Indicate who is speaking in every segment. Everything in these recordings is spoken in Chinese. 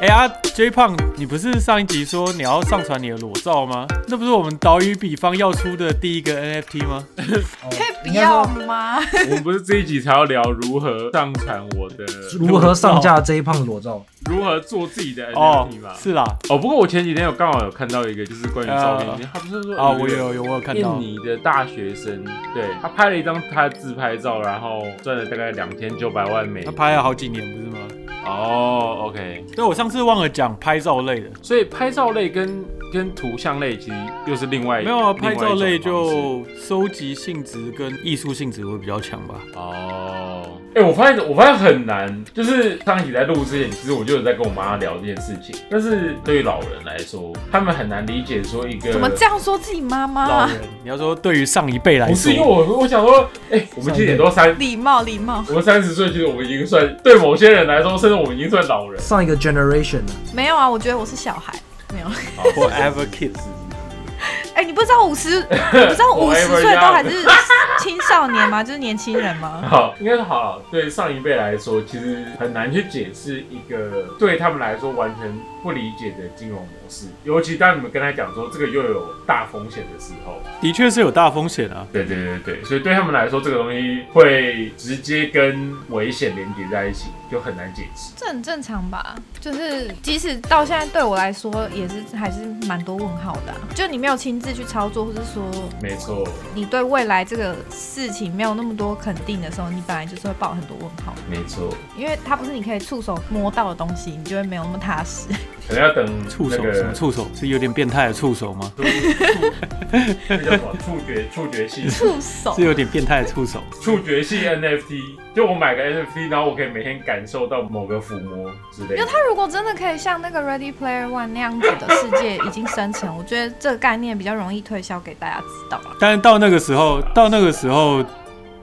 Speaker 1: 哎呀，J 胖，你不是上一集说你要上传你的裸照吗？那不是我们岛屿比方要出的第一个 NFT 吗？
Speaker 2: 可以不要吗？
Speaker 3: 我们不是这一集才要聊如何上传我 的，
Speaker 4: 如何上架这一胖裸照？
Speaker 3: 如何做自己的
Speaker 1: 哦
Speaker 3: NFT 吗？，
Speaker 1: 是啦，
Speaker 3: 哦，不过我前几天有刚好有看到一个，就是关于照片，他不是说
Speaker 1: 呃啊，
Speaker 3: 一个
Speaker 1: 我有有我有看
Speaker 3: 印
Speaker 1: 到，
Speaker 3: 尼的大学生，对他拍了一张他的自拍照，然后赚了大概两千九百万美
Speaker 1: 他。拍了好几年不是吗？
Speaker 3: 哦，OK，
Speaker 1: 对，我上次忘了讲拍照类的，
Speaker 3: 所以拍照类跟跟图像类其实又是另外
Speaker 1: 没有啊，
Speaker 3: 哎另外
Speaker 1: 拍
Speaker 3: 一种
Speaker 1: 照类
Speaker 3: 方式
Speaker 1: 就收集性质跟艺术性质会比较强吧。
Speaker 3: 哦，哎、我发现我发现很难，就是上一集在录之前，其实我就有在跟我妈聊这件事情，但是对于老人来说，他们很难理解说一个
Speaker 2: 怎么这样说自己妈妈
Speaker 1: 老
Speaker 2: 啊？
Speaker 1: 人，你要说对于上一辈来
Speaker 3: 不是因为
Speaker 1: 说，
Speaker 3: 我我想说，哎、我们其实也都三，
Speaker 2: 礼貌，礼貌，
Speaker 3: 我们三十岁，其实我们已经算对某些人来说，甚至我们已经算老人。
Speaker 4: 上一个 generation 的
Speaker 2: 没有啊，我觉得我是小孩，没有。
Speaker 1: Forever Kids，
Speaker 2: 哎、你不知道 五十，你不知道五十
Speaker 3: Forever
Speaker 2: 岁都
Speaker 3: young
Speaker 2: 还是青少年吗？就是年轻人吗？
Speaker 3: 好，应该是好了。对上一辈来说，其实很难去解释一个对他们来说完全不理解的金融模式，尤其当你们跟他讲说这个又有大风险的时候，
Speaker 1: 的确是有大风险啊。
Speaker 3: 对对对对，所以对他们来说，这个东西会直接跟危险连接在一起，就很难解释。
Speaker 2: 这很正常吧？就是即使到现在对我来说，也是还是蛮多问号的啊、就你没有亲自去操作，或是说
Speaker 3: 没错，
Speaker 2: 你对未来这个事情没有那么多肯定的时候，你本来就是会抱很多问号，
Speaker 3: 没错，
Speaker 2: 因为它不是你可以触手摸到的东西，你就会没有那么踏 实。
Speaker 3: 可能要等
Speaker 1: 触
Speaker 3: 那
Speaker 1: 手
Speaker 3: 个
Speaker 1: 什么触手？是有点变态的触手吗？
Speaker 3: 触触，那叫什么？触觉触觉系
Speaker 2: 触手
Speaker 1: 是有点变态的触手。
Speaker 3: 触觉系 NFT，就我买个 NFT，然后我可以每天感受到某个抚摸之类
Speaker 2: 因
Speaker 3: 的
Speaker 2: 为。他如果真的可以像那个 Ready Player One 那样子的世界已经生成，我觉得这个概念比较容易推销给大家知道啊。
Speaker 1: 但是到那个时候，到那个时候，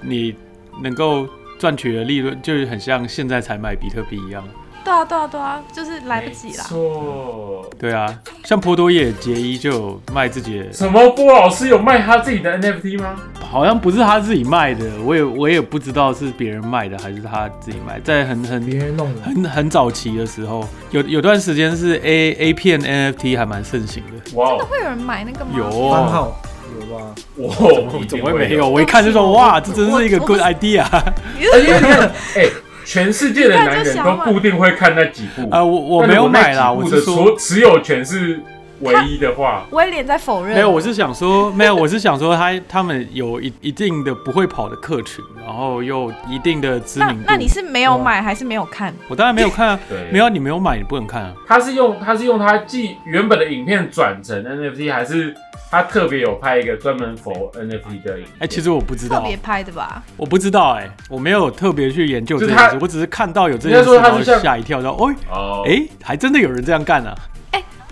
Speaker 1: 你能够赚取的利润，就是很像现在才买比特币一样。
Speaker 2: 对啊，对啊，对啊，就是来不及啦
Speaker 3: 没。错。
Speaker 1: 对啊，像波多野结衣就有卖自己的，
Speaker 3: 什么？波老师有卖他自己的 NFT 吗？
Speaker 1: 好像不是他自己卖的，我也我也不知道是别人卖的还是他自己卖，在很很
Speaker 4: 别人弄的，
Speaker 1: 很很早期的时候，有有段时间是 A A 片 NFT 还蛮盛行的。
Speaker 3: 哇
Speaker 2: 那
Speaker 3: 哦，
Speaker 2: 会有人买那个吗？
Speaker 1: 有
Speaker 4: 番
Speaker 1: 哦，
Speaker 4: 号有吧？
Speaker 3: 我
Speaker 1: 怎么会没有？？我一看就说哇，这真是一个 good idea
Speaker 3: 而且你看，哎、全世界的男人都固定会看那几部
Speaker 1: 啊！我我没有买啦，
Speaker 3: 但
Speaker 1: 我
Speaker 3: 如果那
Speaker 1: 是
Speaker 3: 几部的
Speaker 1: 说
Speaker 3: 所持有权是唯一的话，，
Speaker 2: 威廉在否认。
Speaker 1: 没有，我是想 说，没有，我是想说他他们有一一定的不会跑的客群，然后又一定的知
Speaker 2: 那
Speaker 1: 名度。
Speaker 2: 那你是没有买还是没有看？
Speaker 1: 我当然没有看啊
Speaker 3: 对，
Speaker 1: 没有啊你没有买，你不能看啊。
Speaker 3: 他是用他是用他既原本的影片转成 NFT，还是他特别有拍一个专门 for NFT 的影片？
Speaker 1: 哎、其实我不知
Speaker 2: 特
Speaker 1: 道，
Speaker 2: 别拍的吧？
Speaker 1: 我不知道、哎，我没有特别去研究这
Speaker 3: 就是
Speaker 1: 件
Speaker 3: 他
Speaker 1: 事，我只是看到有这
Speaker 3: 应
Speaker 1: 件
Speaker 3: 该
Speaker 1: 事，
Speaker 3: 说他
Speaker 1: 然
Speaker 3: 是
Speaker 1: 后
Speaker 3: 像
Speaker 1: 吓一跳，然后哦，
Speaker 3: 哦
Speaker 1: 哎、还真的有人这样干啊。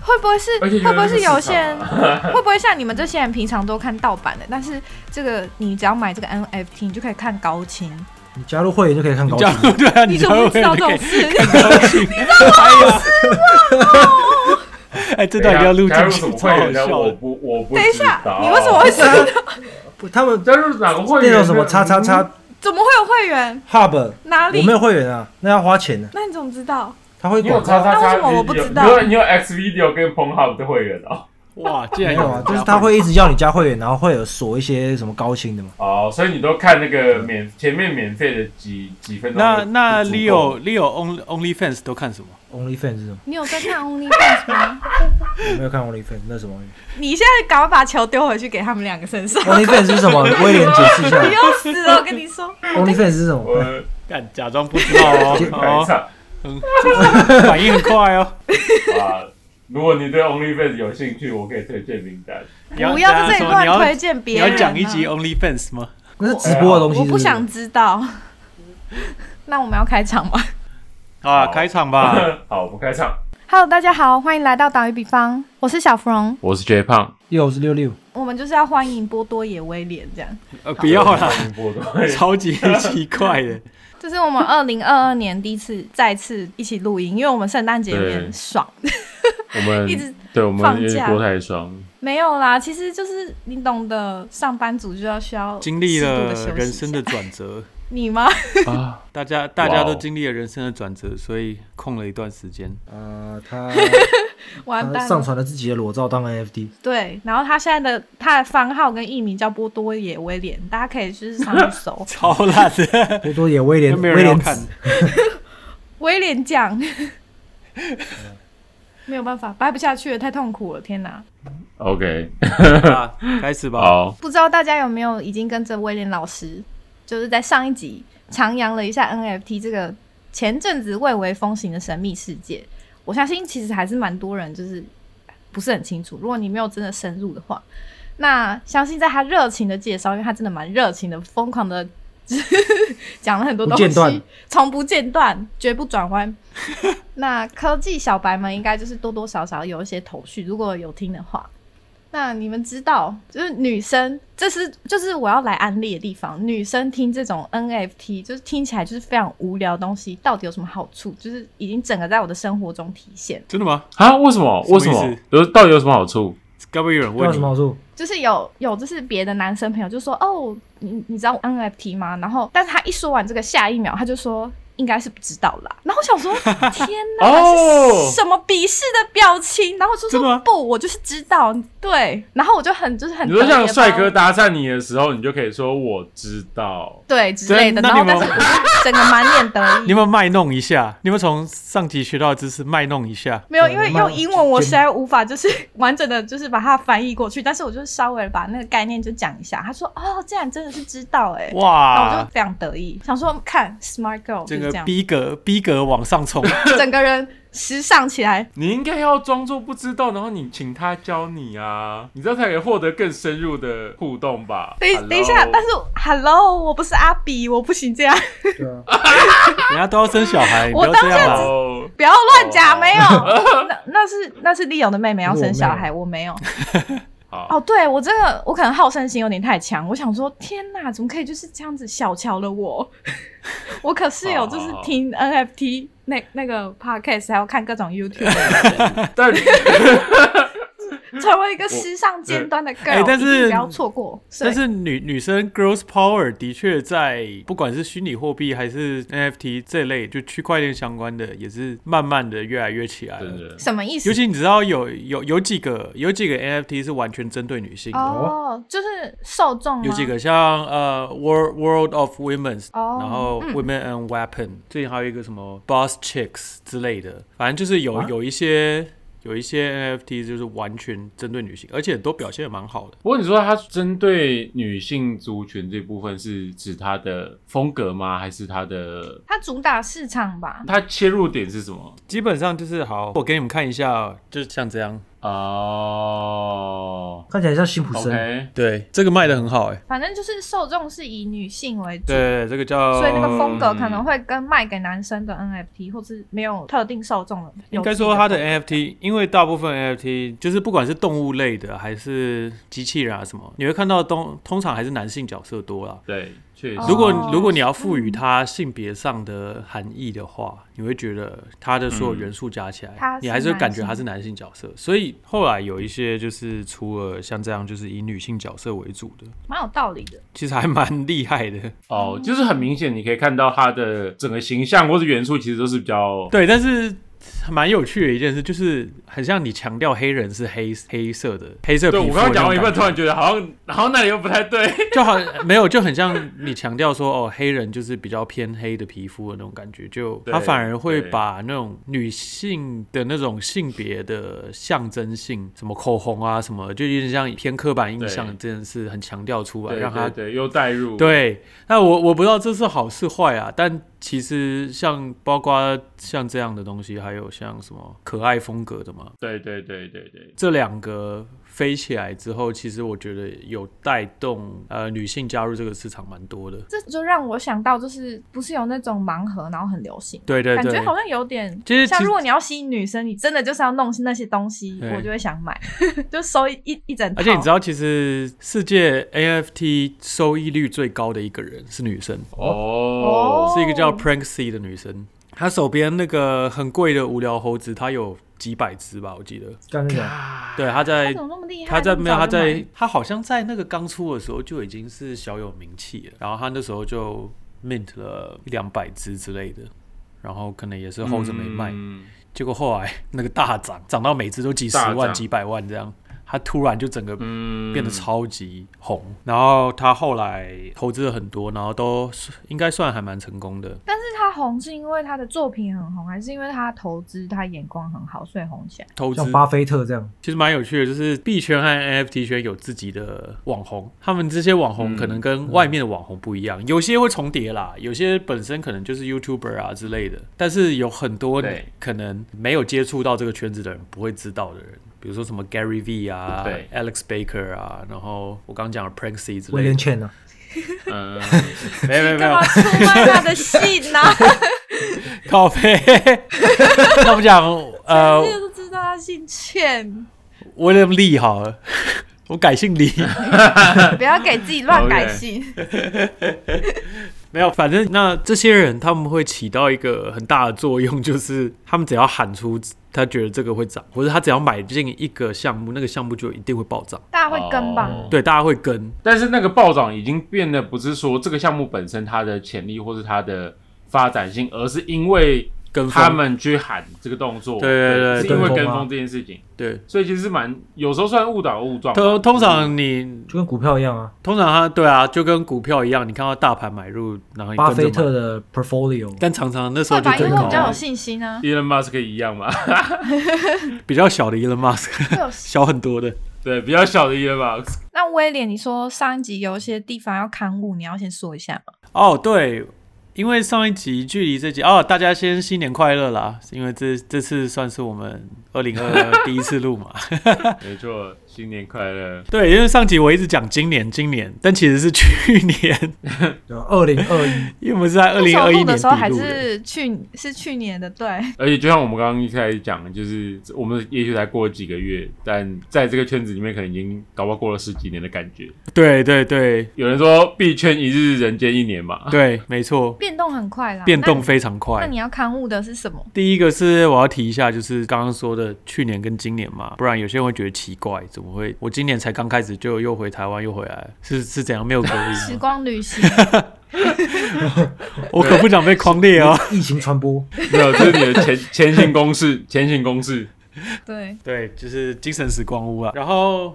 Speaker 2: 会不会是
Speaker 3: 而且
Speaker 2: 会不会是有些人
Speaker 3: 原
Speaker 1: 啊
Speaker 2: 会不会像你们这些人平常都看盗版的，但是这个你只要买这个 NFT，你就可以看高清。
Speaker 4: 你加入会员就可以看高
Speaker 3: 哦
Speaker 1: 这
Speaker 4: 清
Speaker 1: 样，对啊，你
Speaker 2: 你怎么
Speaker 1: 才
Speaker 2: 会知道
Speaker 1: 会
Speaker 2: 这种
Speaker 1: 给
Speaker 2: 事？
Speaker 1: 高兴。哎呀，哎，这段一定要录
Speaker 3: 加入
Speaker 1: 进
Speaker 3: 什
Speaker 1: 去，
Speaker 3: 么
Speaker 1: 超
Speaker 3: 会
Speaker 1: 好
Speaker 3: 员呢？
Speaker 1: 笑
Speaker 3: 我
Speaker 1: 的。
Speaker 3: 不我不
Speaker 2: 等一
Speaker 3: 知
Speaker 2: 下，
Speaker 3: 道。
Speaker 2: 你为什么会 知道？
Speaker 4: 不他们
Speaker 3: 加入哪个会
Speaker 4: 那
Speaker 3: 员呢？
Speaker 4: 种什么叉叉叉
Speaker 2: 怎么会有会员？
Speaker 4: hub，
Speaker 2: 哪里
Speaker 4: 我没？有会员啊，那要花钱的，
Speaker 2: 那你怎么知道？
Speaker 4: 他会
Speaker 3: 你有
Speaker 4: 广告
Speaker 3: 叉。叉叉
Speaker 2: 那为什么我不知道
Speaker 3: 你有你有 X Video 跟 Pornhub 的会员哦。
Speaker 1: 哇，竟
Speaker 4: 没
Speaker 1: 然
Speaker 4: 有啊
Speaker 1: 人，
Speaker 4: 就是
Speaker 1: 加
Speaker 4: 他会一直要你加会员，然后会有锁一些什么高清的嘛。
Speaker 3: 哦，所以你都看那个免前面免费的几几分钟
Speaker 1: 那
Speaker 3: 的足够。
Speaker 1: 那 Leo Leo Only Only Fans 都看什么？
Speaker 4: OnlyFans 是什么？
Speaker 2: 你有在看 OnlyFans 吗？
Speaker 4: 我没有看 OnlyFans，那是 什么
Speaker 2: 你现在赶快把球丢回去给他们两个 身上。
Speaker 4: ？OnlyFans 是什么？威廉解释一下
Speaker 2: 你要死了，我跟你说。
Speaker 4: ，OnlyFans 是 什
Speaker 3: 我
Speaker 4: 么？
Speaker 1: 干，假装不知道 哦
Speaker 3: 看一
Speaker 1: 哦，
Speaker 3: 下
Speaker 1: 反应很快哦。
Speaker 3: 啊，如果你对 OnlyFans 有兴趣，我可以推荐名单。
Speaker 1: 你
Speaker 2: 不要在这里
Speaker 1: 说你
Speaker 2: 乱
Speaker 1: 要
Speaker 2: 推荐
Speaker 1: 你
Speaker 2: 别人、啊。
Speaker 1: 要讲一集 Only Fans 吗？
Speaker 4: 那是直播的东西
Speaker 2: 我
Speaker 4: 是
Speaker 2: 不
Speaker 4: 是
Speaker 2: 想知道。 那我们要开场吗
Speaker 1: 啊，
Speaker 3: 好
Speaker 1: 开场 吧。
Speaker 3: 好，我们开场。
Speaker 2: ？Hello，大家好，欢迎来到岛屿比方，我是小芙蓉。
Speaker 3: 我是 J 胖，
Speaker 4: 六是六六，
Speaker 2: 我们就是要欢迎波多野威廉，这样。
Speaker 1: 呃，不要啦，
Speaker 3: 波多。
Speaker 1: 超级奇怪的。
Speaker 2: 这是我们二零二二年第一次再次一起录音，因为我们圣诞节有点
Speaker 3: 对
Speaker 2: 爽，
Speaker 3: 我们
Speaker 1: 嗯
Speaker 2: 一直
Speaker 3: 对我们
Speaker 2: 放
Speaker 3: 有点
Speaker 2: 假
Speaker 3: 郭台双，
Speaker 2: 没有啦，其实就是你懂得，上班族就要需 要
Speaker 1: 经历
Speaker 2: 适度
Speaker 1: 了
Speaker 2: 地休息一下
Speaker 1: 人生的转折，
Speaker 2: 你吗？
Speaker 3: 啊，
Speaker 1: 大家大家
Speaker 3: 哇
Speaker 1: 都
Speaker 3: 哦
Speaker 1: 经历了人生的转折，所以空了一段时间。
Speaker 4: 呃，他
Speaker 2: 完
Speaker 4: 他
Speaker 2: 蛋
Speaker 4: 上
Speaker 2: 了。
Speaker 4: 传了自己的裸照当 NFT，
Speaker 2: 对，然后他现在的他的番号跟艺名叫波多野威廉，大家可以就是上去 搜
Speaker 1: 超烂的，
Speaker 4: 多多也威
Speaker 1: 都
Speaker 4: 廉
Speaker 1: 没有
Speaker 4: 威
Speaker 1: 人要
Speaker 4: 廉
Speaker 1: 看
Speaker 4: 子。
Speaker 2: 威廉酱。
Speaker 4: 嗯
Speaker 2: 没有办法，掰不下去了，太痛苦了，天哪！
Speaker 3: OK，
Speaker 1: 啊！开始吧，
Speaker 3: 好，
Speaker 2: 不知道大家有没有已经跟着威廉老师，就是在上一集徜徉了一下 NFT 这个前阵子蔚为风行的神秘世界。我相信其实还是蛮多人就是不是很清楚，如果你没有真的深入的话，那相信在他热情的介绍，因为他真的蛮热情的，疯狂的 讲了很多东
Speaker 4: 不间断
Speaker 2: 西，从不间断，绝不转弯。 那科技小白们应该就是多多少少有一些头绪，如果有听的话。那你们知道，就是女生，这是就是我要来安利的地方。女生听这种 NFT，就是听起来就是非常无聊的东西，到底有什么好处？就是已经整个在我的生活中体现，
Speaker 1: 真的吗？
Speaker 3: 啊，为什么？为
Speaker 1: 什
Speaker 3: 什
Speaker 1: 么意
Speaker 3: 么
Speaker 1: 思？
Speaker 3: 有到底有什么好处？
Speaker 1: 该不会有人
Speaker 4: 有
Speaker 1: 问
Speaker 4: 什
Speaker 1: 你
Speaker 4: 么？好处？
Speaker 2: 就是有有就是别的男生朋友就说哦，你你知道 NFT 吗？然后，但是他一说完这个，下一秒他就说。应该是不知道啦，然后我想 说，天哪，
Speaker 3: 哦
Speaker 2: 是什么鄙视的表情？然后我就
Speaker 1: 真的吗
Speaker 2: 说不，我就是知道，对。然后我就很就是很
Speaker 3: 你说
Speaker 2: 得意地
Speaker 3: 像帅哥
Speaker 2: 帮
Speaker 3: 搭讪你的时候，你就可以说我知道。
Speaker 2: 对之类的，
Speaker 1: 真那
Speaker 2: 然后
Speaker 1: 你
Speaker 2: 但
Speaker 1: 们
Speaker 2: 是我就整个满脸得
Speaker 1: 你
Speaker 2: 意。
Speaker 1: 们卖弄一下，你们从上集学到的知识卖弄一下，
Speaker 2: 没有，
Speaker 4: 对
Speaker 2: 因为
Speaker 4: 你们
Speaker 2: 用英文我
Speaker 4: 就
Speaker 2: 实在无法就是 完整的就是把它翻译过去，但是我就稍微把那个概念就讲一下。他说：“哦，这样真的是知道哎、欸。”然后我
Speaker 1: 哇
Speaker 2: 就！非常得意，想说看 smart girl 就
Speaker 1: 整
Speaker 2: 是
Speaker 1: 个
Speaker 2: 这样，
Speaker 1: 逼格逼格往上冲，
Speaker 2: 整个人时尚起来。
Speaker 3: 你应该要装作不知道，然后你请他教你啊，你这样才可以获得更深入的互动吧。
Speaker 2: 等一
Speaker 3: Hello
Speaker 2: 等一下，但是 hello，我不是阿比，我不行这样，
Speaker 4: 对啊，
Speaker 1: 人家都要生小孩，你不
Speaker 2: 我
Speaker 1: 要这样啊！
Speaker 3: 哦，
Speaker 2: 不要乱讲，
Speaker 3: 哦
Speaker 2: 没有， 那那是那是丽友的妹妹要
Speaker 4: 是我
Speaker 2: 生小
Speaker 4: 妹妹
Speaker 2: 孩，我没有。
Speaker 3: 好，
Speaker 2: 哦，对我真的，我可能好胜心有点太强，我想说，天哪，怎么可以就是这样子小瞧了我？ 我可是有就是听
Speaker 1: 哦
Speaker 2: NFT 那那个 podcast，还有看各种 YouTube，
Speaker 3: 但
Speaker 2: 成为一个时尚尖端的 girl，、
Speaker 1: 哎但是
Speaker 2: 一定不要错过。
Speaker 1: 但
Speaker 2: 对
Speaker 1: 是女女生 girls power 的确在不管是虚拟货币还是 NFT 这类就区块链相关的，也是慢慢的越来越起来
Speaker 3: 真
Speaker 1: 了。
Speaker 3: 的
Speaker 2: 什么意思
Speaker 1: 尤？其你知道有有有几个有几个 NFT 是完全针对女性的，
Speaker 2: 哦，就是受众吗啊
Speaker 1: 有几个像呃 World World of Women，、s
Speaker 2: 哦
Speaker 1: 然后 Women and Weapon，、最近还有一个什么 Boss Chicks 之类的，反正就是有
Speaker 4: 啊
Speaker 1: 有一些有一些 NFT 就是完全针对女性，而且都表现的蛮好的。
Speaker 3: 不过你说他针对女性族群这部分是指他的风格吗？还是他的
Speaker 2: 它主打市场吧？
Speaker 3: 他切入点是什么？
Speaker 1: 基本上就是好，我给你们看一下，就是像这样，
Speaker 3: 哦、
Speaker 4: 看起来像辛普
Speaker 3: o
Speaker 4: 森，
Speaker 3: k
Speaker 1: 对，这个卖的很好、哎，
Speaker 2: 反正就是受众是以女性为主。
Speaker 1: 对，这个叫
Speaker 2: 所以那个风格
Speaker 1: 嗯
Speaker 2: 可能会跟卖给男生的 NFT，或是没有特定受众的，有
Speaker 1: 应该
Speaker 2: 自己
Speaker 1: 说它的
Speaker 2: 风格
Speaker 1: NFT，因为大部分 NFT 就是不管是动物类的还是机器人啊什么，你会看到通通常还是男性角色多啦。
Speaker 3: 对，确实。
Speaker 2: 哦
Speaker 1: 如果、如果你要赋予它性别上的含义的话，你会觉得它的所有元素加起来，
Speaker 2: 嗯它是
Speaker 1: 你还是会感觉它是男性角色。所以后来有一些就是除了像这样就是以女性角色为主的，
Speaker 2: 蛮有道理的。
Speaker 1: 其实还蛮厉害的。
Speaker 3: 哦，就是很明显，你可以看到他的整个形象或者元素其实都是比较
Speaker 1: 对，但是蛮有趣的一件事，就是很像你强调黑人是黑黑色的黑色皮
Speaker 3: 对
Speaker 1: 肤的
Speaker 3: 我
Speaker 1: 那种感觉。
Speaker 3: 刚刚讲完一半，突然觉得好像好像那里又不太对。
Speaker 1: 就好没有，就很像你强调说哦，黑人就是比较偏黑的皮肤的那种感觉，就
Speaker 3: 对
Speaker 1: 他反而会
Speaker 3: 对
Speaker 1: 把那种女性的那种性别的象征性，什么口红啊什么，就有点像偏刻板印象，真的是很强调出来，
Speaker 3: 对
Speaker 1: 让他
Speaker 3: 对 对，又带入。
Speaker 1: 对，那我我不知道这是好是坏啊，但其实像包括像这样的东西，还有像什么可爱风格的嘛，
Speaker 3: 对对对对对，
Speaker 1: 这两个飞起来之后，其实我觉得有带动呃女性加入这个市场蛮多的。
Speaker 2: 这就让我想到，就是不是有那种盲盒，然后很流行，
Speaker 1: 对对
Speaker 2: 感
Speaker 1: 对，
Speaker 2: 觉好像有点。
Speaker 1: 其实
Speaker 2: 像
Speaker 1: 其实
Speaker 2: 如果你要吸引女生，你真的就是要弄那些东西，
Speaker 1: 对
Speaker 2: 我就会想买， 就收一一一整套。
Speaker 1: 而且你知道，其实世界 NFT 收益率最高的一个人是女生，
Speaker 3: 哦，
Speaker 2: 哦
Speaker 1: 是一个叫 Pranksy 的女生。他手边那个很贵的无聊猴子，他有几百只吧，我记得。
Speaker 4: 干这种
Speaker 1: 对，他在
Speaker 2: 他怎么那么厉害？
Speaker 1: 他在
Speaker 2: 那么
Speaker 1: 没有
Speaker 2: 早
Speaker 1: 他
Speaker 2: 就买
Speaker 1: 在他好像在那个刚出的时候就已经是小有名气了，然后他那时候就 mint 了一两百只之类的，然后可能也是 hold 着没卖，
Speaker 3: 嗯
Speaker 1: 结果后来 那个大涨，涨到每只都几十
Speaker 3: 大
Speaker 1: 万、
Speaker 3: 涨
Speaker 1: 几百万这样，他突然就整个
Speaker 3: 嗯
Speaker 1: 变得超级红，然后他后来投资了很多，然后都是应该算还蛮成功的，
Speaker 2: 但是他红是因为他的作品很红，还是因为他投资他眼光很好，所以红起来？
Speaker 1: 投资
Speaker 4: 像巴菲特这样，
Speaker 1: 其实蛮有趣的，就是币圈和 NFT 圈有自己的网红，他们这些网红
Speaker 3: 嗯
Speaker 1: 可能跟外面的网红不一样，有些会重叠啦，有些本身可能就是 YouTuber 啊之类的，但是有很多
Speaker 3: 对
Speaker 1: 可能没有接触到这个圈子的人不会知道的人，比如说什么 Gary V 啊
Speaker 3: 对
Speaker 1: ，Alex Baker 啊，然后我刚刚讲的 Pranksy 之类
Speaker 4: 威廉
Speaker 1: 的，
Speaker 4: 欠呢？
Speaker 3: 嗯，
Speaker 1: 没有没有没
Speaker 2: 干
Speaker 1: 有
Speaker 2: 嘛，出卖他的信啊 呢、
Speaker 1: 靠 背，他们讲
Speaker 2: 啊？
Speaker 1: 呃
Speaker 2: 这个都知道他姓倩，
Speaker 1: William Lee 好了， 我改姓李。
Speaker 2: 不要给自己乱改 姓。
Speaker 1: 哦没有，反正那这些人他们会起到一个很大的作用，就是他们只要喊出他觉得这个会涨，或者他只要买进一个项目，那个项目就一定会暴涨。
Speaker 2: 大家会跟吧？
Speaker 3: 哦
Speaker 1: 对，大家会跟，
Speaker 3: 但是那个暴涨已经变得不是说这个项目本身它的潜力或是它的发展性，而是因为
Speaker 1: 跟风
Speaker 3: 他们去喊这个动作，
Speaker 1: 对对对
Speaker 3: 是因为
Speaker 4: 跟
Speaker 3: 跟
Speaker 4: 风啊
Speaker 3: 风这件事情，
Speaker 1: 对。
Speaker 3: 所以其实蛮有时候算误打误撞吧。
Speaker 1: 通通常你
Speaker 4: 就跟股票一样啊。
Speaker 1: 通常他对啊，就跟股票一样，你看到大盘买入，然后你
Speaker 4: 巴菲
Speaker 1: 跟着买。
Speaker 4: 特的 portfolio
Speaker 1: 但常常那时候
Speaker 2: 会
Speaker 1: 就
Speaker 2: 吧，因
Speaker 1: 跟
Speaker 2: 为
Speaker 4: 更
Speaker 2: 我
Speaker 4: 好
Speaker 2: 比较有信心啊，
Speaker 3: Elon Musk 一样嘛，
Speaker 1: 比较小的 Elon Musk
Speaker 2: 会有 信。
Speaker 1: 小很多的，
Speaker 3: 对，比较小的 Elon Musk，
Speaker 2: 那威廉，你说上一集有一些地方要刊物，你要先说一下吗？
Speaker 1: 哦，对，因为上一集距离这集哦，大家先新年快乐啦！因为这这次算是我们二零二 第一次录嘛，
Speaker 3: 没错，新年快乐。
Speaker 1: 对，因为上集我一直讲今年今年，但其实是去年，
Speaker 4: 对吧？二零二一
Speaker 1: 因为我们是在二
Speaker 2: 那时
Speaker 1: 零
Speaker 2: 候
Speaker 1: 二一
Speaker 2: 录
Speaker 1: 年
Speaker 2: 的
Speaker 1: 底
Speaker 2: 时候还
Speaker 1: 录的。
Speaker 2: 是去是去年的，对，
Speaker 3: 而且就像我们刚刚一开始讲，的，就是我们也许才过几个月，但在这个圈子里面，可能已经搞不好过了十几年的感觉。
Speaker 1: 对对对
Speaker 3: 有人说币圈一日，人间一年嘛，
Speaker 1: 对，没错，
Speaker 2: 变动很快啦。
Speaker 1: 变动
Speaker 2: 啊那
Speaker 1: 非常
Speaker 2: 你那
Speaker 1: 快
Speaker 2: 你。要刊物的是什么？
Speaker 1: 第一个是我要提一下，就是刚刚说的去年跟今年嘛，不然有些人会觉得奇怪，怎么会我今年才刚开始就又回台湾又回来，是是啊怎样没有隔 离
Speaker 2: 时
Speaker 1: 吗？
Speaker 2: 光旅 行，
Speaker 1: 我可不想被框列 哦。
Speaker 4: 疫情传播，
Speaker 3: 没有，这是你的前 前行公式，前行公式。
Speaker 2: 对，
Speaker 1: 对，就是精神时光屋啊。然后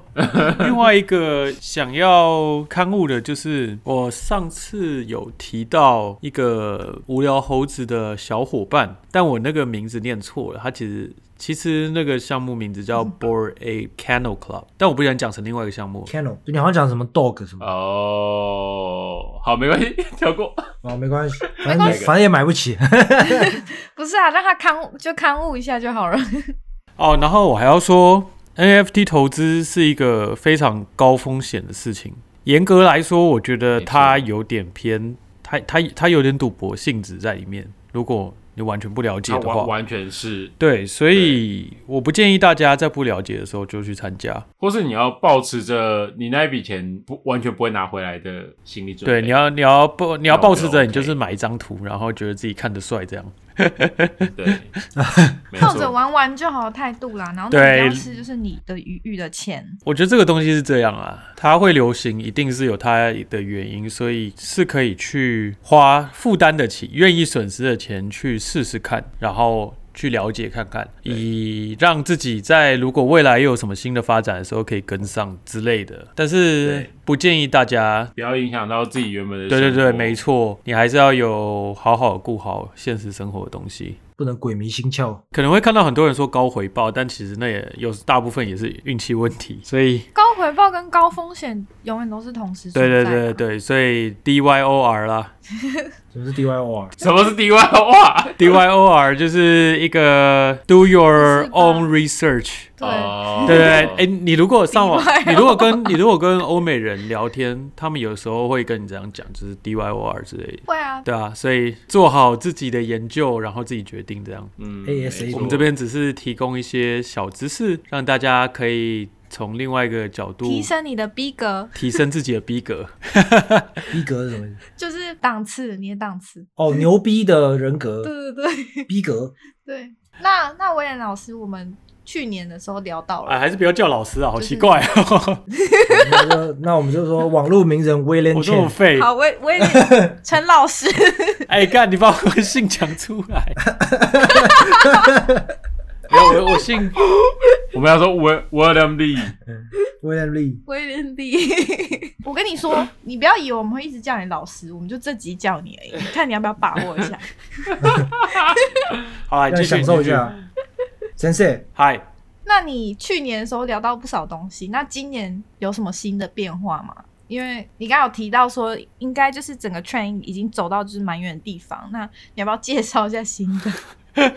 Speaker 1: 另外一个想要刊物的，就是我上次有提到一个无聊猴子的小伙伴，但我那个名字念错了，他其实。其实那个项目名字叫 Board A Cano Club，但我不想讲成另外一个项目。
Speaker 4: Cano，你好像讲什么 dog 什么
Speaker 3: 哦，好，没关系， 跳过。
Speaker 4: 啊？没关系，反
Speaker 3: 没
Speaker 4: 正
Speaker 3: 关系
Speaker 4: 反正也买不起。
Speaker 2: 不是啊，让他刊物就刊物一下就好了。
Speaker 1: 哦，然后我还要说，NFT 投资是一个非常高风险的事情。严格来说，我觉得
Speaker 3: 没错
Speaker 1: 它有点偏，它它它有点赌博性质在里面。如果你完全不了解
Speaker 3: 他
Speaker 1: 的
Speaker 3: 啊完
Speaker 1: 话，
Speaker 3: 完全是，
Speaker 1: 对，所以我不建议大家在不了解的时候就去参加。
Speaker 3: 或是你要保持着你那一笔钱不完全不会拿回来的心理准备。
Speaker 1: 对，你要你要抱你要
Speaker 3: 那我
Speaker 1: 抱
Speaker 3: 觉得
Speaker 1: 持着你
Speaker 3: OK
Speaker 1: 就是买一张图，然后觉得自己看得帅这样。
Speaker 3: 对，没
Speaker 2: 抱着
Speaker 3: 错，
Speaker 2: 玩玩就好的态度啦，然后你
Speaker 1: 对
Speaker 2: 要是就是你的余裕的钱，
Speaker 1: 我觉得这个东西是这样啊，它会流行一定是有它的原因，所以是可以去花负担得起、愿意损失的钱去试试看，然后去了解看看，以让自己在如果未来又有什么新的发展的时候可以跟上之类的。但是
Speaker 3: 对
Speaker 1: 不建议大家。
Speaker 3: 不要影响到自己原本的。
Speaker 1: 对对对，没。错，你还是要有好好顾好现实生活的东西。
Speaker 4: 不能鬼迷心窍。
Speaker 1: 可能会看到很多人说高回报，但其实那也有大部分也是运气问题，所以
Speaker 2: 高回报跟高风险永远都是同时存
Speaker 1: 对
Speaker 2: 在
Speaker 1: 对对
Speaker 2: 嘛。
Speaker 1: 对，所以 D Y O R 啦
Speaker 4: 什么是 DYOR？
Speaker 3: 什么是 DY 哇？
Speaker 1: ，D Y O R 就是一个 do your
Speaker 2: 是吧
Speaker 1: own research，
Speaker 2: 对
Speaker 3: 哦
Speaker 1: 对不对？哎、你如果上网
Speaker 2: DYOR，
Speaker 1: 你如果跟你如果跟欧美人聊天，他们有时候会跟你这样讲，就是 D Y O R 之类的。
Speaker 2: 会啊，
Speaker 1: 对啊，所以做好自己的研究，然后自己决定这样。
Speaker 3: 嗯
Speaker 4: ASA
Speaker 1: 我们这边只是提供一些小知识，让大家可以从另外一个角度
Speaker 2: 提升你的逼格，
Speaker 1: 提升自己的逼格。
Speaker 4: 逼格是什么 意思？
Speaker 2: 就是档次，你的档次。
Speaker 4: 哦，牛逼的人
Speaker 2: 对
Speaker 4: 格，
Speaker 2: 对对
Speaker 4: 逼格。哦
Speaker 2: 对。那那威廉老师，我们去年的时候聊到 了，
Speaker 1: 哎，还是不要叫老师啊，好
Speaker 2: 就是
Speaker 1: 奇怪 哦，
Speaker 4: 那就 那我们就说网络名人 William
Speaker 1: 我这么
Speaker 4: Chen，
Speaker 1: 废。
Speaker 2: 好，威威廉陈老师，
Speaker 1: 哎，干，你把我的姓讲出来。没有，我我姓
Speaker 3: 我们要说 Will William Lee，
Speaker 4: William Lee，
Speaker 2: 威廉弟。 我跟你说，你不要以为我们会一直叫你老师，我们就这集叫你而已，看你要不要把握一下。
Speaker 1: 好来
Speaker 4: 要
Speaker 1: 继续
Speaker 4: 享受
Speaker 1: 继
Speaker 4: 一。
Speaker 1: 续
Speaker 4: 下。 先生，
Speaker 1: 嗨，
Speaker 2: 那你去年的时候聊到不少东西，那今年有什么新的变化吗？因为你刚刚有提到说，应该就是整个 train 已经走到就是蛮远的地方，那你要不要介绍一下新的？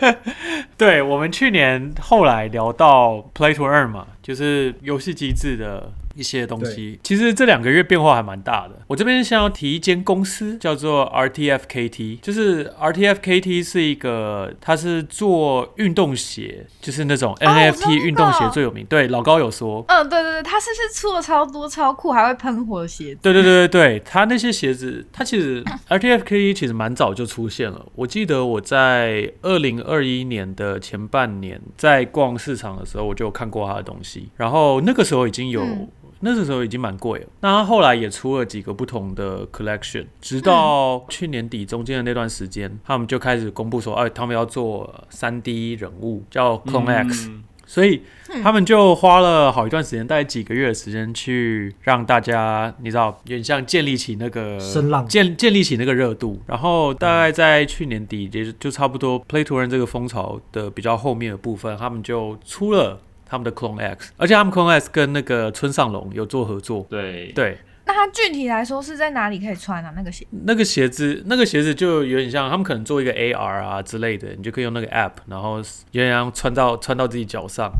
Speaker 1: 对我们去年后来聊到 Play to Earn 嘛，就是游戏机制的一些东西。其实这两个月变化还蛮大的。我这边想要提一间公司，叫做 RTFKT，就是 RTFKT 是一个，它是做运动鞋，就是那种
Speaker 2: 哦我知道
Speaker 1: NFT
Speaker 2: 那个
Speaker 1: 运动鞋最有名。对，老高有说。
Speaker 2: 嗯，对对对，他是不是出了超多超酷，还会喷火的鞋子？
Speaker 1: 对对对对对，它那些鞋子，它其 实 RTFKT 其实蛮早就出现了。我记得我在二零二一年的前半年在逛市场的时候，我就有看过它的东西，然后那个时候已经有。
Speaker 2: 嗯
Speaker 1: 那时候已经蛮贵了，那它后来也出了几个不同的 collection，直到
Speaker 2: 嗯
Speaker 1: 去年底中间的那段时间，他们就开始公布说，哎，他们要做三 D 人物，叫 Clone X，、
Speaker 3: 嗯
Speaker 1: 所以他们就花了好一段时间，大概几个月的时间，去让大家你知道，有点像建立起那个
Speaker 4: 声浪
Speaker 1: 建建立起那个热度。然后大概在去年底，也就就差不多 Play to Earn 这个风潮的比较后面的部分，他们就出了他们的 Clone X，而且他们 Clone X 跟那个村上隆有做合作。
Speaker 3: 对
Speaker 1: 对，
Speaker 2: 那它具体来说是在哪里可以穿啊？那个鞋？
Speaker 1: 那个鞋子，那个鞋子就有点像他们可能做一个 AR 啊之类的，你就可以用那个 app，然后有点像穿到穿到自己脚上。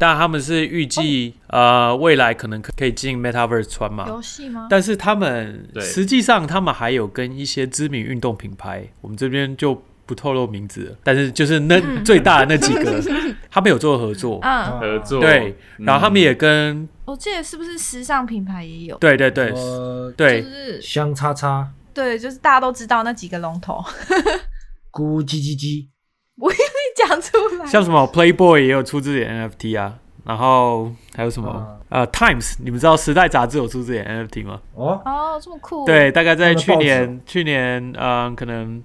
Speaker 1: 但他们是预计、呃未来可能可可以进 Metaverse 穿嘛，
Speaker 2: 游戏吗？
Speaker 1: 但是他们
Speaker 3: 对
Speaker 1: 实际上他们还有跟一些知名运动品牌，我们这边就不透露名字了，但是就是那、最大的那几个，他们有做合作。
Speaker 2: 嗯，
Speaker 3: 合作
Speaker 1: 对，
Speaker 3: 嗯
Speaker 1: 然后他们也跟、
Speaker 2: 我记得是不是时尚品牌也有？
Speaker 1: 对对对、
Speaker 3: 哦
Speaker 4: 呃，
Speaker 1: 对
Speaker 2: 就是
Speaker 4: 香叉叉，
Speaker 2: 对，就是大家都知道那几个龙头，
Speaker 4: 咕叽叽叽，
Speaker 2: 你讲出来。
Speaker 1: 像什么 Playboy 也有出自己的 NFT 啊，然后还有什么、呃 Times，你们知道时代杂志有出自己的 NFT 吗？
Speaker 4: 哦，
Speaker 2: 哦，这么酷。
Speaker 1: 对，大概在去
Speaker 4: 他
Speaker 1: 年
Speaker 4: 们
Speaker 1: 去年嗯、呃可能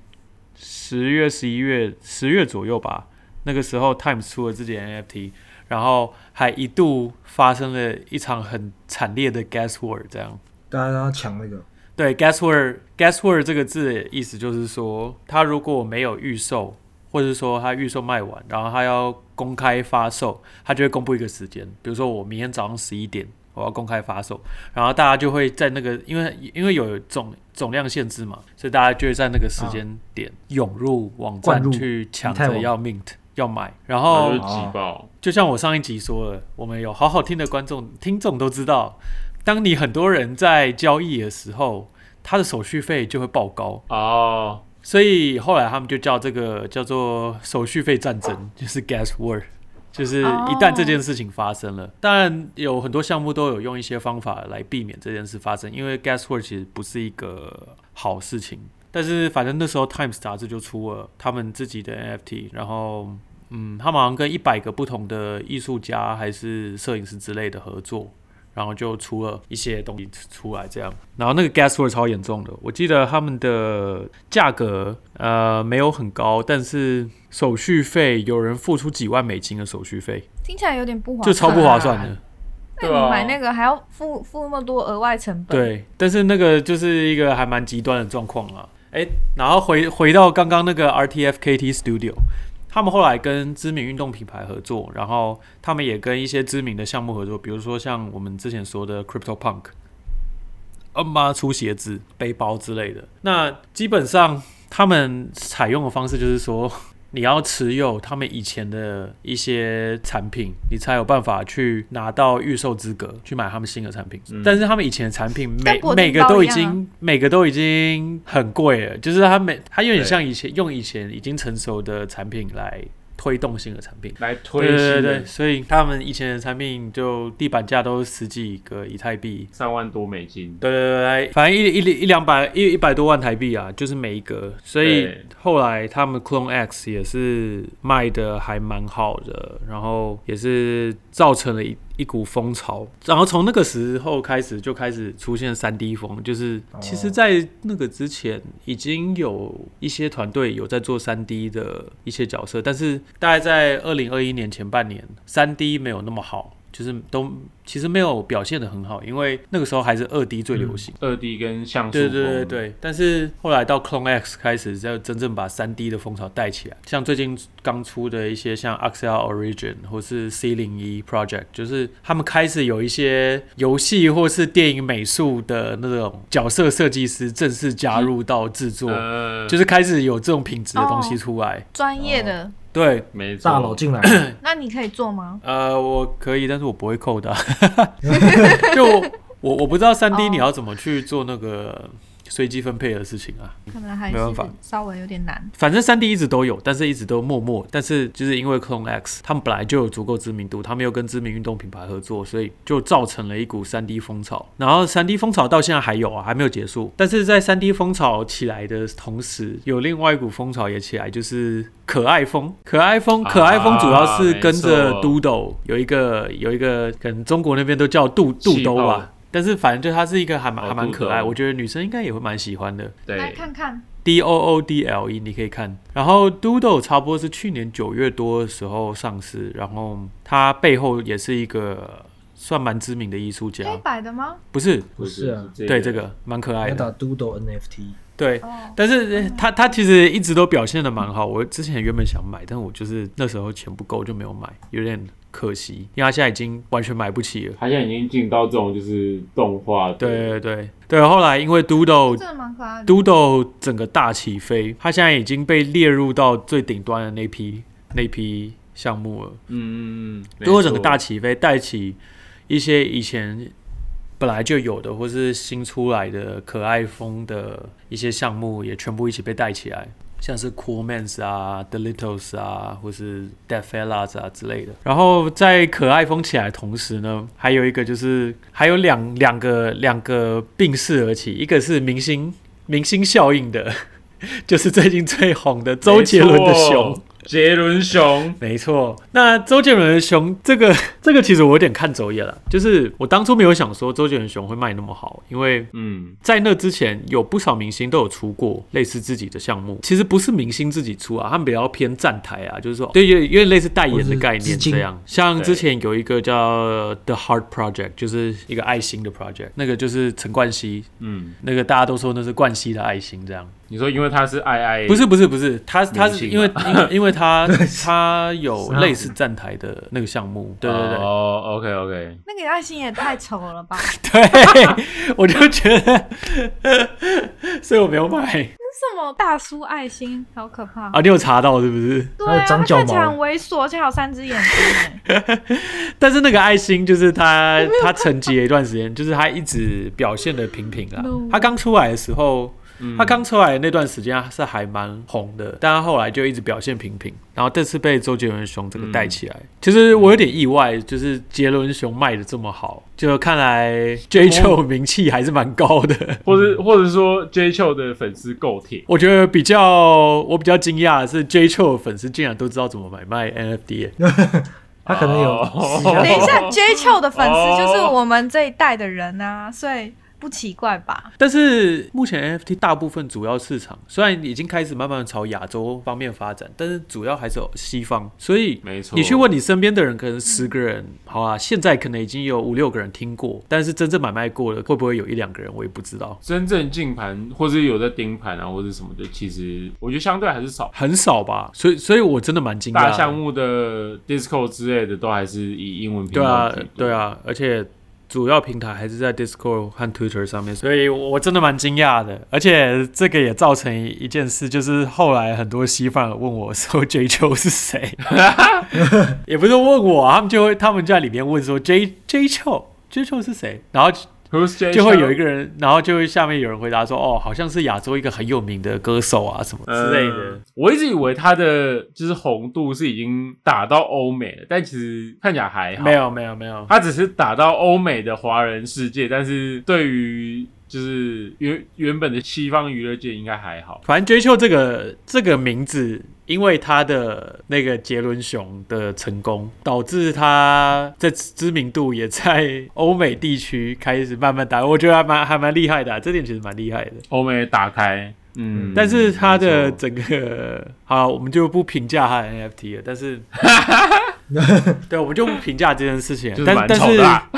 Speaker 1: 十月、十一月、十月左右吧，那个时候 Times 出了自己的 NFT，然后还一度发生了一场很惨烈的 gas war，这样。
Speaker 4: 大家都要抢那个，
Speaker 1: 对，gas word gas word 这个字的意思就是说，它如果没有预售，或者是说它预售卖完，然后它要公开发售，它就会公布一个时间，比如说我明天早上十一点我要公开发售，然后大家就会在那个，因为因为有总总量限制嘛，所以大家就会在那个时间点涌入网
Speaker 4: 啊灌
Speaker 1: 站
Speaker 4: 入
Speaker 1: 去抢
Speaker 4: 以太
Speaker 1: 着
Speaker 4: 网
Speaker 1: 要 mint 要买，然
Speaker 3: 然
Speaker 1: 后
Speaker 3: 后就挤爆，
Speaker 1: 就像我上一集说了，我们有好好听的观众听众都知道，当你很多人在交易的时候，他的手续费就会爆高，
Speaker 3: 哦，
Speaker 1: 所以后来他们就叫这个叫做手续费战争，就是 gas war。就是
Speaker 2: 哦
Speaker 1: 一旦这件事情发生了，当然有很多项目都有用一些方法来避免这件事发生，因为 gas war 其实不是一个好事情。但是反正那时候 Times 杂志就出了他们自己的 NFT，然后嗯，他们好像跟一百个不同的艺术家还是摄影师之类的合作，然后就出了一些东西出来这样。然后那个 gas war 超严重的，我记得他们的价格呃没有很高，但是手续费有人付出几万美金的手续费，
Speaker 2: 听起来有点不划
Speaker 1: 就
Speaker 2: 算。啊
Speaker 1: 超不划算的。啊
Speaker 2: 那你买那个还要付付那么多额外成本？，
Speaker 1: 对，但是那个就是一个还蛮极端的状况啦。哎，然后回回到刚刚那个 RTFKT Studio，他们后来跟知名运动品牌合作，然后他们也跟一些知名的项目合作，比如说像我们之前说的 Crypto Punk，嗯妈出鞋子、背包之类的。那基本上他们采用的方式就是说，你要持有他们以前的一些产品，你才有办法去拿到预售资格去买他们新的产品。
Speaker 3: 嗯
Speaker 1: 但是他们以前的产品每
Speaker 2: 跟铂金
Speaker 1: 每个
Speaker 2: 包
Speaker 1: 都
Speaker 2: 一
Speaker 1: 已
Speaker 2: 样啊
Speaker 1: 经每个都已经很贵了，就是它每它有点
Speaker 3: 对
Speaker 1: 像以前用以前已经成熟的产品来。推动新的产品。
Speaker 3: 来推
Speaker 1: 对对对
Speaker 3: 新
Speaker 1: 对，
Speaker 3: 的
Speaker 1: 所以他们以前的产品就地板价都是十几个以太币，
Speaker 3: 三万多美金，
Speaker 1: 对对对，反正一一一两百一一百多万台币啊，就是每一个，所以
Speaker 3: 对
Speaker 1: 后来他们 Clone X 也是卖的还蛮好的，然后也是造成了一一股风潮，然后从那个时候开始就开始出现三 D 风，就是其实，在那个之前已经有一些团队有在做三 D 的一些角色，但是大概在二零二一年前半年，三 D 没有那么好。就是都其实没有表现的很好，因为那个时候还是二 D 最流行。
Speaker 3: 二 D 跟像素
Speaker 1: 对对对
Speaker 3: 风
Speaker 1: 对，但是后来到 Clone X 开始，才真正把三 D 的风潮带起来。像最近刚出的一些像 Axel Origin 或是 C 零一 Project，就是他们开始有一些游戏或是电影美术的那种角色设计师正式加入到制作，
Speaker 3: 呃，
Speaker 1: 就是是开始有这种品质的东西
Speaker 2: 哦
Speaker 1: 出来。
Speaker 2: 专业的，
Speaker 1: 对，
Speaker 3: 没错
Speaker 4: 大佬进来，
Speaker 1: 哦
Speaker 2: 那你可以做吗？
Speaker 1: 呃，我可以，但是我不会扣的啊。就我我不知道三 D
Speaker 2: 哦
Speaker 1: 你要怎么去做那个随机分配的事情啊。
Speaker 2: 可能还是
Speaker 1: 没办法
Speaker 2: 稍微有点难。
Speaker 1: 反正三 D 一直都有，但是一直都默默。但是就是因为 Clone X 他们本来就有足够知名度，他们又跟知名运动品牌合作，所以就造成了一股三 D 风潮。然后三 D 风潮到现在还有啊，还没有结束。但是在三 D 风潮起来的同时，有另外一股风潮也起来，就是可爱风。可爱风，
Speaker 3: 啊
Speaker 1: 可爱风主要是跟着
Speaker 3: 没错
Speaker 1: Doodle 有一个有一个，可能中国那边都叫肚肚兜
Speaker 3: 气泡
Speaker 1: 吧。但是反正就它是一个还蛮
Speaker 3: 哦
Speaker 1: 还蛮可爱，
Speaker 3: 肚兜
Speaker 1: 我觉得女生应该也会蛮喜欢的。
Speaker 2: 来
Speaker 3: 对，
Speaker 2: 看看，
Speaker 1: D O O D L E，你可以看。然后 Doodle 差不多是去年九月多的时候上市，然后它背后也是一个算蛮知名的艺术家
Speaker 2: 黑，白的吗？
Speaker 1: 不是？
Speaker 4: 不是啊
Speaker 3: 这
Speaker 1: 对，这个蛮可
Speaker 4: 你
Speaker 1: 爱
Speaker 4: 要打
Speaker 1: 的，
Speaker 4: Doodle NFT，
Speaker 1: 对。
Speaker 2: 哦，
Speaker 1: 但是呃它它其实一直都表现的蛮好，我之前原本想买，但我就是那时候钱不够就没有买，有点可惜，因为它现在已经完全买不起了。
Speaker 3: 他现在已经进到这种就是动画的嗯
Speaker 1: 对对对对，后来因为 Doodle
Speaker 2: 这个蛮可爱的。
Speaker 1: Doodle 整个大起飞，它现在已经被列入到最顶端的那批那批项目了。
Speaker 3: 嗯嗯嗯，
Speaker 1: Doodle 整个
Speaker 3: 没错
Speaker 1: 大起飞，带起一些以前本来就有的或是新出来的可爱风的一些项目，也全部一起被带起来。像是 Cool Mans 啊、The Littles 啊，或是 d e a d Fellas 啊之类的。然后在可爱风起来的同时呢，还有一个就是还有两两个两个并视而起，一个是明星明星效应的， 就是最近最红的周杰伦的熊
Speaker 3: 没。错，杰伦熊，
Speaker 1: 没错，哦那周杰伦的熊这个 这个其实我有点看走眼了，就是我当初没有想说周杰伦熊会卖那么好，因为。
Speaker 3: 嗯，
Speaker 1: 在那之前，有不少明星都有出过类似自己的项目。其实不是明星自己出啊，他们比较偏站台啊，就是说，对，有有点类似代言的概念
Speaker 4: 或是资金
Speaker 1: 这样。像
Speaker 3: 对
Speaker 1: 之前有一个叫呃 The Heart Project，就是一个爱心的 project，那个就是陈冠希，
Speaker 3: 嗯，
Speaker 1: 那个大家都说那是冠希的爱心这样。
Speaker 3: 你说因为他是爱爱，
Speaker 1: 不是不是不是，他他
Speaker 3: 明
Speaker 1: 是
Speaker 3: 星
Speaker 1: 因为因为因为 他他有类似站台的那个项目，啊对对对。
Speaker 3: 哦，OK OK，
Speaker 2: 那个爱心也太丑了吧！为
Speaker 1: 对， 我就觉得， 所以我没有买
Speaker 2: 什么大叔爱心？好可怕！
Speaker 1: 啊。你有查到是不是？
Speaker 2: 对
Speaker 4: 还
Speaker 2: 啊，
Speaker 4: 有
Speaker 2: 它
Speaker 4: 长脚
Speaker 2: 看起来
Speaker 4: 毛
Speaker 2: 很猥琐，而且还有三只眼睛耶。
Speaker 1: 但是那个爱心就是他，他沉寂了一段时间，就是他一直表现的平平啦
Speaker 2: No。
Speaker 1: 他刚出来的时候，
Speaker 3: 嗯
Speaker 1: 他刚出来的那段时间是还蛮红的，但他后来就一直表现平平。然后这次被周杰伦熊这个带起来，其实我有点意外，就是杰伦熊卖的这么好，就看来 J
Speaker 3: 哦
Speaker 1: Q 名气还是蛮高的。
Speaker 3: 或者或者说 J Q 的粉丝够铁，
Speaker 1: 我觉得比较我比较惊讶的是，J Q 粉丝竟然都知道怎么买卖 NFT 耶、
Speaker 4: 他可能有
Speaker 3: 哦
Speaker 1: 啊
Speaker 4: 私下
Speaker 2: 等一下，J 秋的粉
Speaker 4: 哦
Speaker 2: 丝就是我们这一代的人啊，所以不奇怪吧？
Speaker 1: 但是目前 NFT 大部分主要市场虽然已经开始慢慢朝亚洲方面发展，但是主要还是有西方，所以
Speaker 3: 没错，
Speaker 1: 你去问你身边的人，可能十个人，好啊，现在可能已经有五六个人听过，但是真正买卖过的会不会有一两个人，我也不知道，
Speaker 3: 真正进盘或者有在盯盘啊，或者什么的，其实我觉得相对还是少。
Speaker 1: 很少吧。所以，所以我真的蛮惊讶的。
Speaker 3: 大项目的 Disco 之类的都还是以英文拼
Speaker 1: 对啊
Speaker 3: 音居，多
Speaker 1: 对，啊，而且主要平台还是在 Discord 和 Twitter 上面，所以我真的蛮惊讶的。而且这个也造成一件事，就是后来很多西方人问我说 J 球是 谁，也不是问我啊，他们就会他们就在里面问说 J J 球 J 球是谁，然后就会有一个人，然后就会下面有人回答说，哦，好像是亚洲一个很有名的歌手啊什么之类的
Speaker 3: 嗯。我一直以为它的就是红度是已经打到欧美了，但其实看起来还好。
Speaker 1: 呃没，有没有没有，
Speaker 3: 它只是打到欧美的华人世界，但是对于就是原原本的西方娱乐界应该还好。
Speaker 1: 反正追求这个这个名字，因为他的那个杰伦熊的成功，导致他这知名度也在欧美地区开始慢慢打。我觉得还蛮还蛮厉害的啊、这点其实蛮厉害的。
Speaker 3: 欧美打开，嗯，
Speaker 1: 但是他的
Speaker 3: 没错
Speaker 1: 整个好，我们就不评价他的 NFT 了。但 是， 对，我们就不评价这件事情了
Speaker 3: 就。是
Speaker 1: 但
Speaker 3: 蛮
Speaker 1: 但
Speaker 3: 丑的
Speaker 1: 是
Speaker 3: 啊、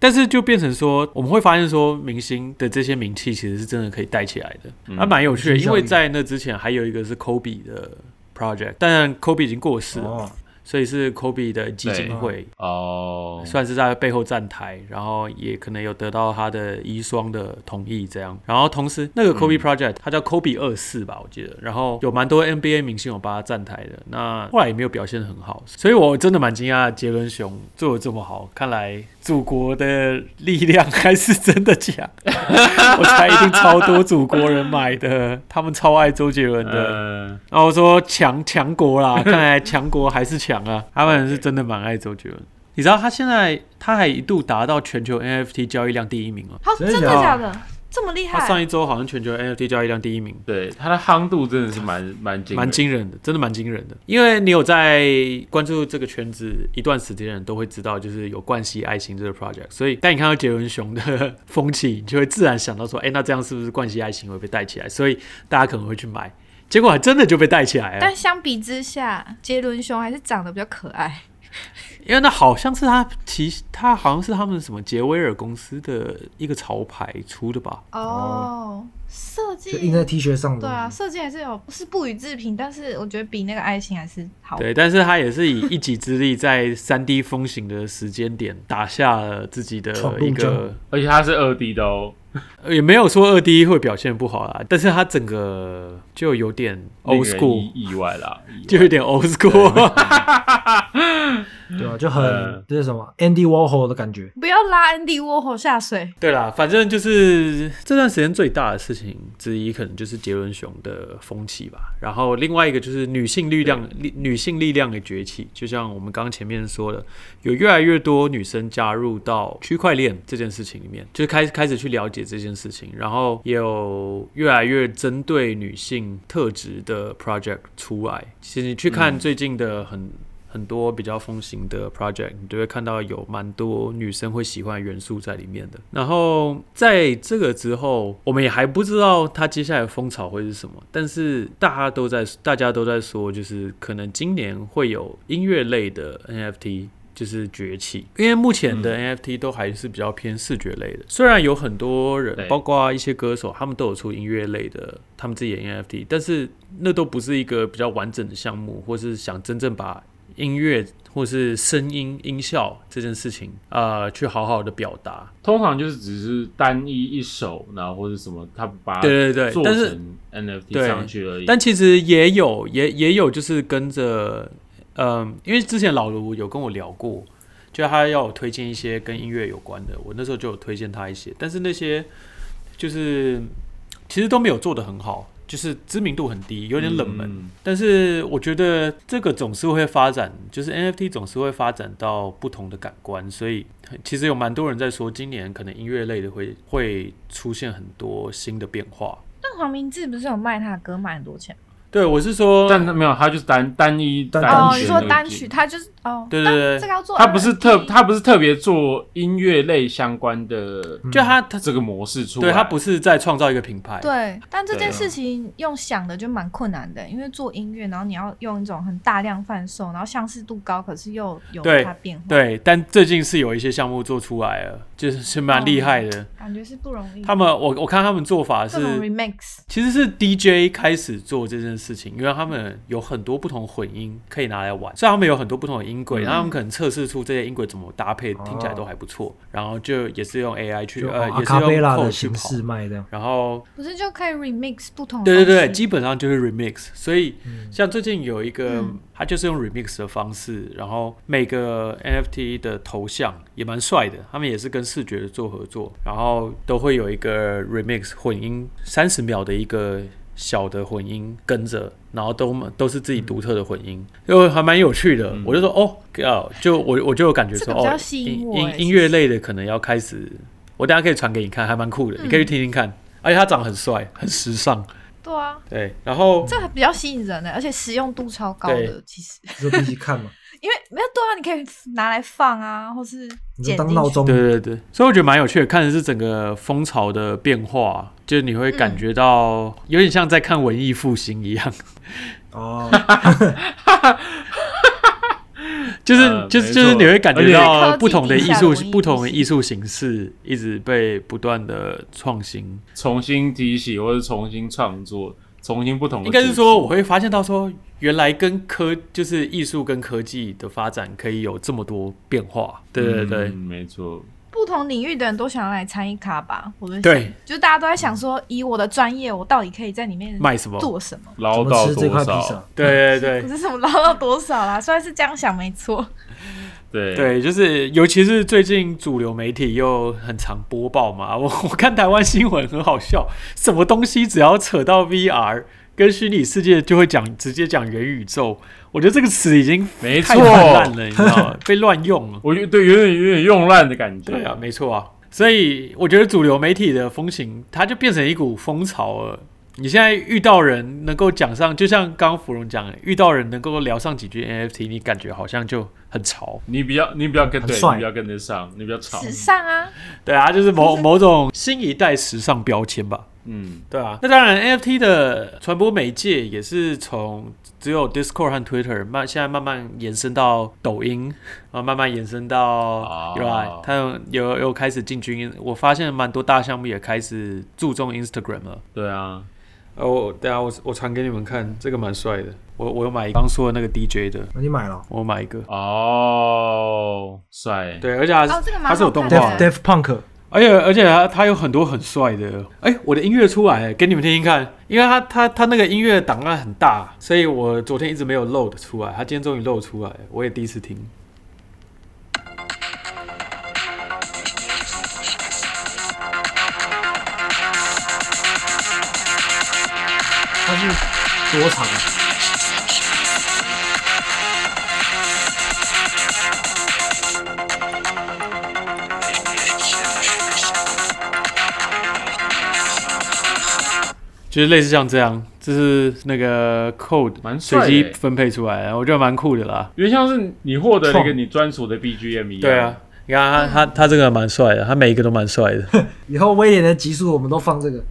Speaker 1: 但是就变成说，我们会发现说，明星的这些名气其实是真的可以带起来的，还、蛮有趣的。
Speaker 4: 嗯明星
Speaker 1: 因
Speaker 4: 效
Speaker 1: 为
Speaker 4: 应
Speaker 1: 在那之前还有一个是 Kobe 的 project，但 Kobe 已经过世了，
Speaker 4: 哦，
Speaker 1: 所以是 Kobe 的基金会。
Speaker 3: 哦，
Speaker 1: 算是在背后站台，然后也可能有得到他的遗孀的同意，这样。然后同时，那
Speaker 3: 嗯
Speaker 1: 个 Kobe Project，、它叫 Kobe 二四吧，我记得。然后有蛮多 NBA 明星有帮他站台的，那后来也没有表现得很好，所以我真的蛮惊讶杰伦熊做的这么好，看来祖国的力量还是真的强。我猜一定超多祖国人买的，他们超爱周杰伦的。
Speaker 3: 呃，
Speaker 1: 然后我说强强国啦， 看来强国还是强啊，他们是真的蛮爱周杰伦。你知道他现在他还一度达到全球 NFT 交易量第一名哦，
Speaker 2: 好，
Speaker 4: 真的
Speaker 2: 真的
Speaker 4: 假
Speaker 2: 假
Speaker 4: 的
Speaker 2: 的？这么厉
Speaker 1: 他上
Speaker 2: 害？
Speaker 1: 一周好像全球 NFT 交易量第一名，
Speaker 3: 对，它的夯度真的是蛮蛮惊人
Speaker 1: 蛮惊人的，真的蛮惊人的。因为你有在关注这个圈子一段时间的人都会知道，就是有冠希爱心这个 project，所以当你看到杰伦熊的风气，你就会自然想到说，哎，那这样是不是冠希爱心会被带起来？所以大家可能会去买，结果还真的就被带起来了。
Speaker 2: 但相比之下，杰伦熊还是长得比较可爱。
Speaker 1: 因为那好像是他其他好像是他们什么杰威尔公司的一个潮牌出的吧？
Speaker 2: 哦，设计
Speaker 4: 就印在 T 恤上的。
Speaker 2: 对啊，，设计还是有是不予置评，但是我觉得比那个爱情还是好。
Speaker 1: 对，但是他也是以一己之力，在三 D 风行的时间点打下了自己的
Speaker 4: 闯入
Speaker 1: 一
Speaker 4: 江
Speaker 1: 个，
Speaker 3: 而且它是二 D 的哦，
Speaker 1: 呃也没有说二 D 会表现不好啦，但是他整个就有点
Speaker 3: 令
Speaker 1: old
Speaker 3: 人
Speaker 1: school，
Speaker 3: 意意外啦，意外
Speaker 1: 就有点 old school。
Speaker 4: 对啊，就很
Speaker 3: 呃
Speaker 1: 嗯
Speaker 4: 这是什么 Andy Warhol 的感觉。
Speaker 2: 不要拉 Andy Warhol 下水。
Speaker 1: 对啦，反正就是这段时间最大的事情之一，可能就是杰伦熊的风气吧。然后另外一个就是女性力量，力女性力量的崛起。就像我们刚刚前面说的，有越来越多女生加入到区块链这件事情里面，就是开开始去了解这件事情，然后也有越来越针对女性特质的 project 出来。其实你去看最近的很。很多比较风行的 project，你就会看到有蛮多女生会喜欢的元素在里面的。然后在这个之后，我们也还不知道它接下来的风潮会是什么，但是大家都在大家都在说，就是可能今年会有音乐类的 NFT。就是崛起，因为目前的 NFT 都还是比较偏视觉类的。虽然有很多人
Speaker 3: 对，
Speaker 1: 包括一些歌手，他们都有出音乐类的他们自己的 NFT，但是那都不是一个比较完整的项目，或是想真正把音乐或是声音音效这件事情，呃，去好好的表达。
Speaker 3: 通常就是只是单一一首，然后或者什么，他把它
Speaker 1: 对对对，
Speaker 3: 做
Speaker 1: 但是
Speaker 3: 成 NFT
Speaker 1: 对
Speaker 3: 上去而已。
Speaker 1: 但其实也有也也有就是跟着，嗯、因为之前老卢有跟我聊过，就他要我推荐一些跟音乐有关的，我那时候就有推荐他一些，但是那些就是其实都没有做得很好，就是知名度很低，有点冷门。
Speaker 3: 嗯
Speaker 1: 但是我觉得这个总是会发展，就是 NFT 总是会发展到不同的感官，所以其实有蛮多人在说，今年可能音乐类的会会出现很多新的变化。
Speaker 2: 但黄明志不是有卖他的歌卖很多钱？
Speaker 1: 对，我是说，
Speaker 3: 但他没有，他就是单单一
Speaker 4: 单
Speaker 2: 哦，
Speaker 4: 曲
Speaker 2: 你
Speaker 3: 曲
Speaker 2: 说
Speaker 3: 而已
Speaker 2: 单曲，他就是哦，
Speaker 1: 对对
Speaker 2: 但
Speaker 1: 对
Speaker 2: 这个要做 R&D，
Speaker 3: 他不是特，他不是特别做音乐类相关的
Speaker 1: 就他他
Speaker 3: 这个模式出来，
Speaker 1: 对他不是在创造一个品牌，
Speaker 2: 对，但这
Speaker 3: 对
Speaker 2: 件
Speaker 3: 啊
Speaker 2: 事情用想的就蛮困难的，因为做音乐，然后你要用一种很大量贩售，然后相似度高，可是又有
Speaker 1: 对
Speaker 2: 它变化，
Speaker 1: 对但最近是有一些项目做出来了，就是是蛮厉害的。
Speaker 2: 感觉是不容易。
Speaker 1: 他们我我看他们做法
Speaker 2: 嗯各种
Speaker 1: 是，
Speaker 2: remix，
Speaker 1: 其实是 DJ 开始做这件事情，因为他们有很多不同混音可以拿来玩，所以他们有很多不同的音
Speaker 4: 嗯
Speaker 1: 轨，然后他们可能测试出这些音轨怎么搭配，听起来都还不错。然后就也是用 AI 去
Speaker 4: 哦就
Speaker 1: 呃，
Speaker 4: 阿
Speaker 1: 也是
Speaker 4: 卡贝
Speaker 1: 用
Speaker 4: 拉
Speaker 1: code
Speaker 4: 的
Speaker 1: 去
Speaker 4: 形
Speaker 1: 跑，
Speaker 4: 式卖这样。
Speaker 1: 然后
Speaker 2: 不是就可以 remix 不同的
Speaker 1: 对对对，
Speaker 2: 东西
Speaker 1: 基本上就是 remix。所以像最近有一个
Speaker 2: 嗯，
Speaker 1: 它就是用 remix 的方式，然后每个 NFT 的头像也蛮帅的，他们也是跟视觉做合作，然后都会有一个 remix 混音三十秒的一个。小的混音跟着，然后都都是自己独特的混音，就还蛮有趣的。我就说哦，哦，就我我就有感觉
Speaker 2: 这
Speaker 1: 说
Speaker 2: 个比较
Speaker 1: 哦，
Speaker 2: 吸引
Speaker 1: 音
Speaker 2: 我
Speaker 1: 音
Speaker 2: 欸
Speaker 1: 音乐类的可能要开始，我等一下可以传给你看，还蛮酷的，你可以去
Speaker 2: 嗯
Speaker 1: 听听看。而且他长得很帅，很时尚，
Speaker 2: 对啊，
Speaker 1: 对，然后
Speaker 2: 这个比较吸引人的，而且实用度超高
Speaker 1: 对
Speaker 2: 的。其实，
Speaker 4: 就自己看嘛，
Speaker 2: 因为没有对啊，你可以拿来放啊，或是
Speaker 4: 你就
Speaker 2: 剪
Speaker 4: 当
Speaker 2: 进
Speaker 4: 闹
Speaker 2: 去。
Speaker 4: 钟。
Speaker 1: 对对对，所以我觉得蛮有趣的，看的是整个风潮的变化，就你会感觉到有点像在看文艺复兴一样，
Speaker 4: 哦，
Speaker 1: 就是
Speaker 3: 呃
Speaker 1: 就是
Speaker 3: 没
Speaker 1: 就是你
Speaker 3: 错
Speaker 1: 会感
Speaker 3: 而
Speaker 1: 觉
Speaker 3: 且
Speaker 1: 到不同的艺术
Speaker 2: 科技底下的文艺复兴
Speaker 1: 不同的艺术形式一直被不断的创新，
Speaker 3: 重新提起或者重新创作，重新不同的
Speaker 1: 应
Speaker 3: 主题。
Speaker 1: 该是说我会发现到说原来跟科就是艺术跟科技的发展可以有这么多变化，对对对。
Speaker 3: 嗯没错。
Speaker 2: 不同领域的人都想要来参与卡吧，我在
Speaker 1: 对，
Speaker 2: 就大家都在想说，以我的专业，我到底可以在里面
Speaker 1: 卖什么？
Speaker 2: 做什么？
Speaker 3: 捞
Speaker 4: 怎么
Speaker 3: 到
Speaker 4: 吃这
Speaker 3: 多
Speaker 4: 块披
Speaker 3: 少
Speaker 4: 萨？？
Speaker 1: 对对对
Speaker 2: 可，是什么捞到多少啦？虽然是这样想没错，
Speaker 3: 对
Speaker 1: 对，就是尤其是最近主流媒体又很常播报嘛，我我看台湾新闻很好笑，什么东西只要扯到 VR 跟虚拟世界，就会讲直接讲元宇宙。我觉得这个词已经
Speaker 3: 没
Speaker 1: 太
Speaker 3: 错，
Speaker 1: 泛滥了，你知道 吗？被乱用了。
Speaker 3: 我觉得对有点有点用烂的感觉。
Speaker 1: 对啊，，没错啊。所以我觉得主流媒体的风行，它就变成一股风潮了。你现在遇到人能够讲上，就像刚刚芙蓉讲，的，遇到人能够聊上几句 NFT，你感觉好像就很潮。
Speaker 3: 你比较你比较跟
Speaker 4: 很
Speaker 3: 对，
Speaker 4: 帅
Speaker 3: 你比较跟得上，你比较吵。
Speaker 2: 时尚啊，
Speaker 1: 对啊，就是某某种新一代时尚标签吧。
Speaker 3: 嗯，
Speaker 1: 对啊，那当然，NFT 的传播媒介也是从只有 Discord 和 Twitter 慢，现在慢慢延伸到抖音，啊，慢慢延伸到
Speaker 3: 哦
Speaker 1: UI，、他们有有开始进军。我发现蛮多大项目也开始注重 Instagram 了。
Speaker 3: 对啊，
Speaker 1: 哦，对啊，我我传给你们看，这个蛮帅的。我我有买一刚说的那个 DJ 的，
Speaker 4: 那你买了
Speaker 1: 我买一个。
Speaker 3: 哦，帅，
Speaker 1: 对，而且它是、
Speaker 2: 哦这个蛮
Speaker 1: 它是有
Speaker 2: 好
Speaker 1: 动
Speaker 2: 看
Speaker 1: 画
Speaker 2: 的
Speaker 1: 的
Speaker 4: Def。Def Punk
Speaker 1: 而且而且他他有很多很帅的，哎、我的音乐出来，给你们听听看，因为他他他那个音乐档案很大，所以我昨天一直没有 load 出来，他今天终于 load 出来，我也第一次听。
Speaker 4: 它是多长啊？
Speaker 1: 就是类似像这样，这是那个 code
Speaker 3: 蛮帅
Speaker 1: 随
Speaker 3: 的
Speaker 1: 机
Speaker 3: 欸
Speaker 1: 分配出来的，我觉得蛮酷的啦。
Speaker 3: 因为像是你获得了一个
Speaker 4: 创
Speaker 3: 你专属的 BGM 一样。
Speaker 1: 对啊，，你看他
Speaker 2: 嗯
Speaker 1: 他他这个蛮帅的，他每一个都蛮帅 的。
Speaker 4: 以后威廉的集数我们都放这个，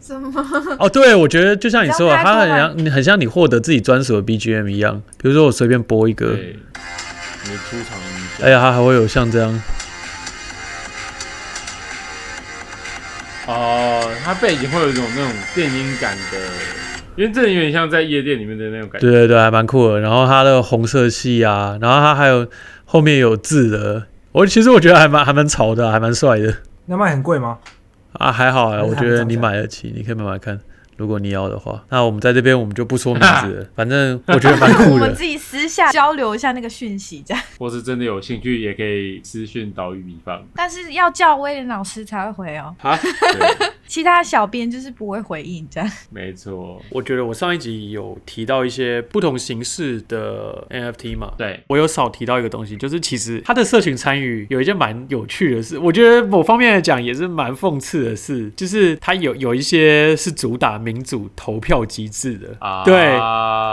Speaker 2: 什么？
Speaker 1: 哦，对，我觉得就像你说的，
Speaker 2: 只
Speaker 1: 他
Speaker 2: 要他
Speaker 1: 很
Speaker 2: 出来
Speaker 1: 像你很像你获得自己专属的 BGM 一样，比如说我随便播一个，
Speaker 3: 对，你的出场音效。
Speaker 1: 哎呀，他还会有像这样。
Speaker 3: 哦，它背景会有一种那种电音感的，因为这有点像在夜店里面的那种感觉。
Speaker 1: 对对对，还蛮酷的。然后它的红色系啊，然后它还有后面有字的，我其实我觉得还蛮还蛮潮的，啊还蛮帅的
Speaker 4: 那卖很贵吗？
Speaker 1: 啊，还好啊，
Speaker 4: 还是
Speaker 1: 我觉得你买得起，你可以买买看。如果你要的话，那我们在这边我们就不说名字 了，反正我觉得蛮
Speaker 2: 我
Speaker 1: 酷
Speaker 2: 们
Speaker 1: 的。
Speaker 2: 自己私下交流一下那个讯息，这样。
Speaker 3: 或是真的有兴趣，也可以私讯岛屿米饭。
Speaker 2: 但是要叫威廉老师才会回哦，
Speaker 1: 啊，
Speaker 3: 对，
Speaker 2: 其他小编就是不会回应这样。
Speaker 3: 没错，
Speaker 1: 我觉得我上一集有提到一些不同形式的 NFT 嘛，
Speaker 3: 对，
Speaker 1: 我有少提到一个东西，就是其实它的社群参与有一件蛮有趣的事，我觉得某方面来讲也是蛮讽刺的事，就是它有有一些是主打民主投票机制的，
Speaker 3: 啊，
Speaker 1: 对，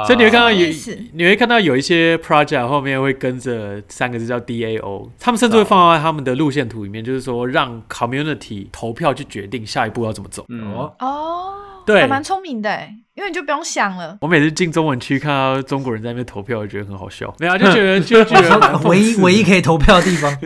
Speaker 1: 所以你会看到
Speaker 2: 什
Speaker 1: 有
Speaker 2: 么意思，
Speaker 1: 你会看到有一些 project 后面会跟着三个字叫 DAO，他们甚至会放在他们的路线图里面，就是说让 community 投票去决定下一步要怎么走。
Speaker 3: 嗯，
Speaker 4: 哦，
Speaker 2: 哦，
Speaker 1: 对
Speaker 2: 还蛮聪明的欸，因为你就不用想了。
Speaker 1: 我每次进中文区看到中国人在那边投票，我觉得很好笑。没有啊，就觉得就觉得蛮讽刺
Speaker 4: 啊 唯一
Speaker 1: 的
Speaker 4: 唯一可以投票的地 方，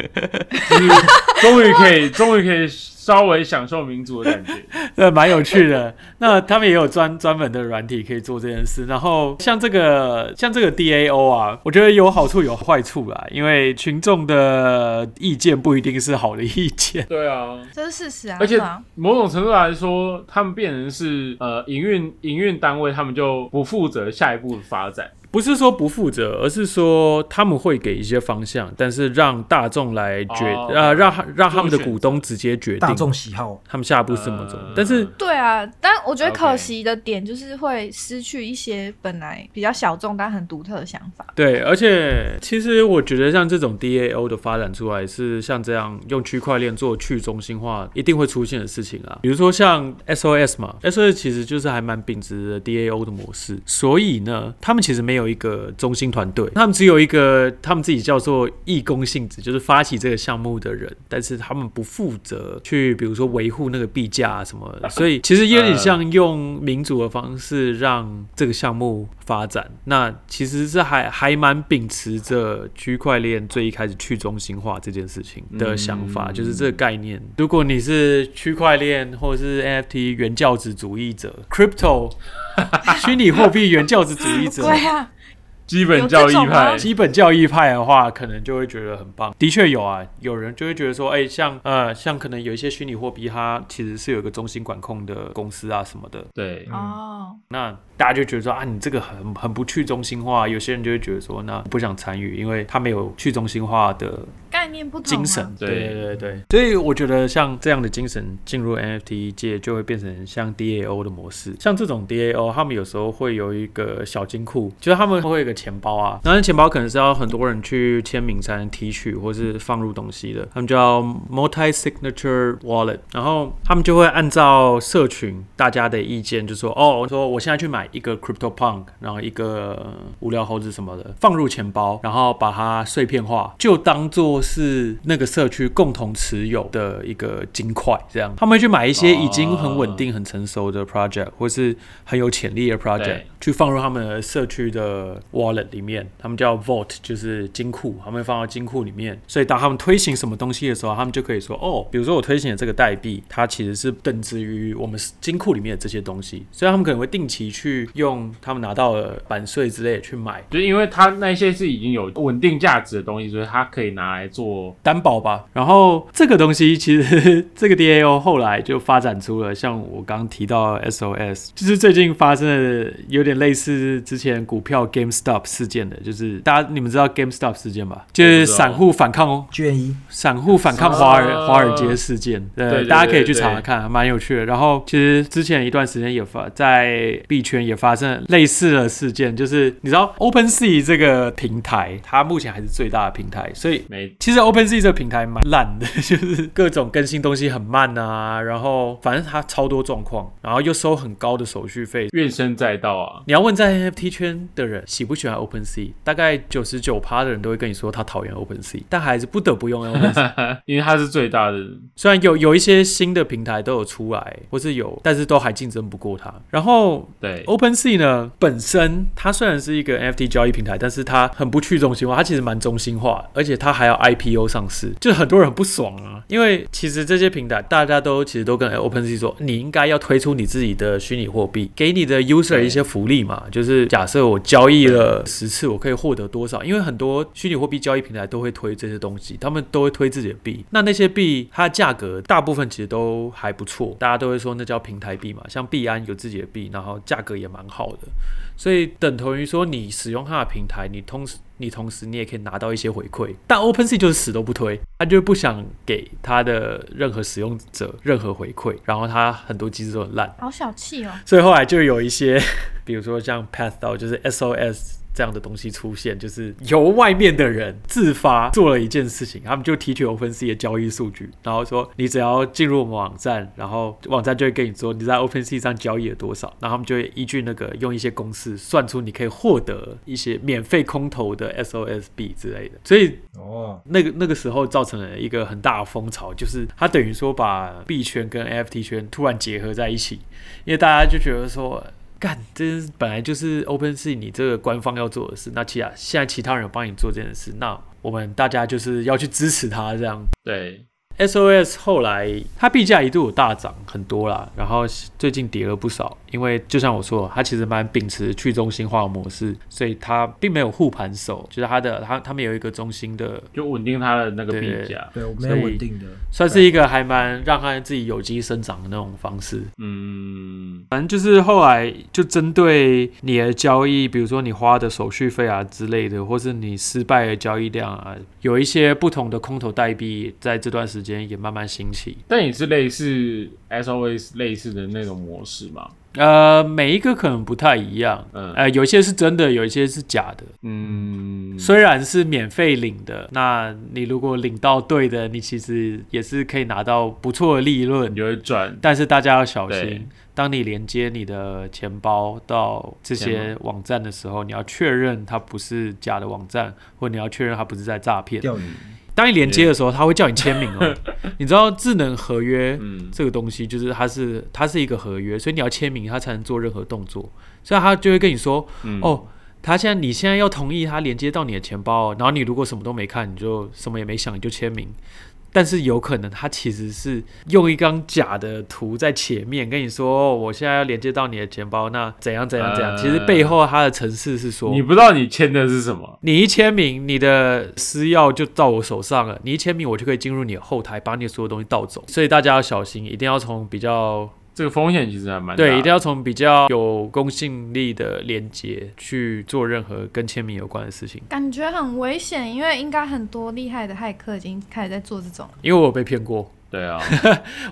Speaker 3: 终于可以，终于可以稍微享受民族的感觉。
Speaker 1: 呃，蛮有趣的。那他们也有专专门的软体可以做这件事。然后像这个像这个 DAO 啊，我觉得有好处有坏处啦，因为群众的意见不一定是好的意见。
Speaker 3: 对啊，
Speaker 2: 这是事实啊，
Speaker 3: 而且
Speaker 2: 对啊
Speaker 3: 某种程度来说，他们变成是呃营运营运单位，他们就不负责下一步的发展。
Speaker 1: 不是说不负责，而是说他们会给一些方向，但是让大众来决，
Speaker 3: 哦
Speaker 1: 呃，让他让他们的
Speaker 3: 做选择
Speaker 1: 股东直接决
Speaker 4: 大众
Speaker 1: 定
Speaker 4: 喜好，
Speaker 1: 他们下一步是怎么走。
Speaker 3: 呃
Speaker 1: 但是
Speaker 2: 对啊，但我觉得
Speaker 3: OK
Speaker 2: 可惜的点就是会失去一些本来比较小众但很独特的想法。
Speaker 1: 对，而且其实我觉得像这种 DAO 的发展出来，是像这样用区块链做去中心化一定会出现的事情啊。比如说像 SOS 嘛，SOS 其实就是还蛮秉持的 DAO 的模式，所以呢，他们其实没有一个中心团队，他们只有一个他们自己叫做义工性质，就是发起这个项目的人，但是他们不负责去比如说维护那个币价、啊、什么的，所以其实有点像。用民主的方式让这个项目发展，那其实是还还蛮秉持着区块链最一开始去中心化这件事情的想法，
Speaker 3: 嗯
Speaker 1: 就是这个概念。如果你是区块链或者是 NFT 原教旨主义者，crypto 虚拟货币原教旨主义 者。
Speaker 2: 对啊，
Speaker 3: 基本教义
Speaker 2: 有这种
Speaker 3: 派
Speaker 2: 吗，
Speaker 1: 基本教义派的话，可能就会觉得很棒。的确有啊，有人就会觉得说，哎、像呃，像可能有一些虚拟货币，它其实是有一个中心管控的公司啊什么的，
Speaker 3: 对，
Speaker 2: 哦，
Speaker 1: 那大家就觉得说啊，你这个很很不去中心化，有些人就会觉得说，那我不想参与，因为他没有去中心化的
Speaker 2: 概念不同、啊，
Speaker 1: 精神。
Speaker 3: 对
Speaker 1: 对对对，所以我觉得像这样的精神进入 NFT 界，就会变成像 DAO 的模式。像这种 DAO，他们有时候会有一个小金库，就是他们会有一个钱包啊，然后那钱包可能是要很多人去签名才能提取或是放入东西的，他们叫 multi signature wallet，然后他们就会按照社群大家的意见，就说哦，说我现在去买一个 crypto punk，然后一个呃无聊猴子什么的，放入钱包，然后把它碎片化，就当做是那个社区共同持有的一个金块，这样他们会去买一些已经很稳定、很成熟的 project，或是很有潜力的 project
Speaker 3: 对。
Speaker 1: 去放入他们的社区的 wallet 里面，他们叫 vault，就是金库，他们会放到金库里面。所以当他们推行什么东西的时候，他们就可以说，哦，比如说我推行的这个代币，它其实是等值于我们金库里面的这些东西，所以他们可能会定期去用他们拿到的版税之类的去买
Speaker 3: 就因为它那些是已经有稳定价值的东西，所以它可以拿来做
Speaker 1: 担保吧。然后这个东西其实 这个 DAO 后来就发展出了像我刚提到的 SOS，就是最近发生的有点类似之前股票 GameStop 事件的，就是大家你们知道 GameStop 事件吧？就是散户反抗哦
Speaker 4: 居然一
Speaker 1: 散户反抗华尔、
Speaker 3: 啊
Speaker 1: 华尔街事件，呃，
Speaker 3: 对对对
Speaker 1: 大家可以去查看，还蛮有趣的。然后其实之前一段时间也发在币圈也发生类似的事件，就是你知道 OpenSea 这个平台，它目前还是最大的平台，所以
Speaker 3: 没
Speaker 1: 其实 OpenSea 这个平台蛮烂的，就是各种更新东西很慢啊，然后反正它超多状况，然后又收很高的手续费。
Speaker 3: 怨声载道啊。
Speaker 1: 你要问在 NFT 圈的人喜不喜欢 OpenSea，大概九十九趴的人都会跟你说他讨厌 OpenSea，但还是不得不用 OpenSea。
Speaker 3: 因为它是最大的，
Speaker 1: 虽然有有一些新的平台都有出来，或是有，但是都还竞争不过它。然后
Speaker 3: 对，
Speaker 1: OpenSea 呢，本身它虽然是一个 NFT 交易平台，但是它很不去中心化，它其实蛮中心化，而且它还要 IPO 上市，就很多人很不爽啊。因为其实这些平台大家都其实都跟 OpenSea 说，你应该要推出你自己的虚拟货币，给你的 user
Speaker 3: 对
Speaker 1: 一些福利嘛，就是假设我交易了十次，我可以获得多少？因为很多虚拟货币交易平台都会推这些东西，他们都会推自己的币。那那些币它的价格大部分其实都还不错，大家都会说那叫平台币嘛。像币安有自己的币，然后价格也蛮好的，所以等同于说你使用它的平台，你同时你同时你也可以拿到一些回馈。但 OpenSea 就是死都不推，他就是不想给他的任何使用者任何回馈，然后他很多机制都很烂。
Speaker 2: 好小气哦！
Speaker 1: 所以后来就有一些， 比如说像 Path DAO，就是 SOS 这样的东西出现，就是由外面的人自发做了一件事情，他们就提取 OpenSea 的交易数据，然后说你只要进入我们网站，然后网站就会跟你说你在 OpenSea 上交易了多少，然后他们就会依据那个用一些公式算出你可以获得一些免费空投的 SOS 币之类的，所以
Speaker 4: 哦，
Speaker 1: 那个那个时候造成了一个很大的风潮，就是它等于说把币圈跟 NFT 圈突然结合在一起，因为大家就觉得说干，这是本来就是 Open Sea 你这个官方要做的事，那其他现在其他人有帮你做这件事，那我们大家就是要去支持他这样。
Speaker 3: 对，
Speaker 1: SOS 后来它币价一度有大涨很多啦，然后最近跌了不少，因为就像我说，它其实蛮秉持去中心化的模式，所以它并没有护盘手，就是它的它他们有一个中心的，
Speaker 3: 就稳定它的那个
Speaker 1: 对
Speaker 3: 币价。
Speaker 4: 对，我
Speaker 1: 所
Speaker 4: 们
Speaker 1: 以
Speaker 4: 要稳定的。
Speaker 1: 算是一个还蛮让它自己有机生长的那种方式。
Speaker 3: 嗯，
Speaker 1: 反正就是后来就针对你的交易，比如说你花的手续费啊之类的，或是你失败的交易量啊，有一些不同的空头代币在这段时间也慢慢兴起。
Speaker 3: 但也是类似 SOS 类似的那种模式嘛。
Speaker 1: 呃，每一个可能不太一样，
Speaker 3: 嗯
Speaker 1: 呃，有一些是真的，有一些是假的。
Speaker 3: 嗯，
Speaker 1: 虽然是免费领的，那你如果领到对的，你其实也是可以拿到不错的利润
Speaker 3: 你。就会赚。
Speaker 1: 但是大家要小
Speaker 3: 对
Speaker 1: 心，当你连接你的钱包到这些
Speaker 3: 钱
Speaker 1: 网站的时候，你要确认它不是假的网站，或你要确认它不是在诈骗。
Speaker 4: 钓鱼，
Speaker 1: 当你连接的时候，它会叫你签名哦。 你知道智能合约
Speaker 3: 嗯，
Speaker 1: 这个东西就是它是它是一个合约，所以你要签名，它才能做任何动作。所以它就会跟你说，
Speaker 3: 嗯
Speaker 1: 哦，他现在你现在要同意他连接到你的钱包哦，然后你如果什么都没看，你就什么也没想，你就签名。但是有可能他其实是用一张假的图在前面跟你说，哦我现在要连接到你的钱包，那怎样怎样怎样。
Speaker 3: 呃
Speaker 1: 其实背后他的程式是说，
Speaker 3: 你不知道你签的是什么。
Speaker 1: 你一签名，你的私钥就到我手上了。你一签名，我就可以进入你的后台，把你的所有东西盗走。所以大家要小心，一定要从比较
Speaker 3: 这个风险其实还蛮大的
Speaker 1: 对，一定要从比较有公信力的连接去做任何跟签名有关的事情。
Speaker 2: 感觉很危险，因为应该很多厉害的骇客已经开始在做这种。
Speaker 1: 因为我有被骗过，
Speaker 3: 对啊，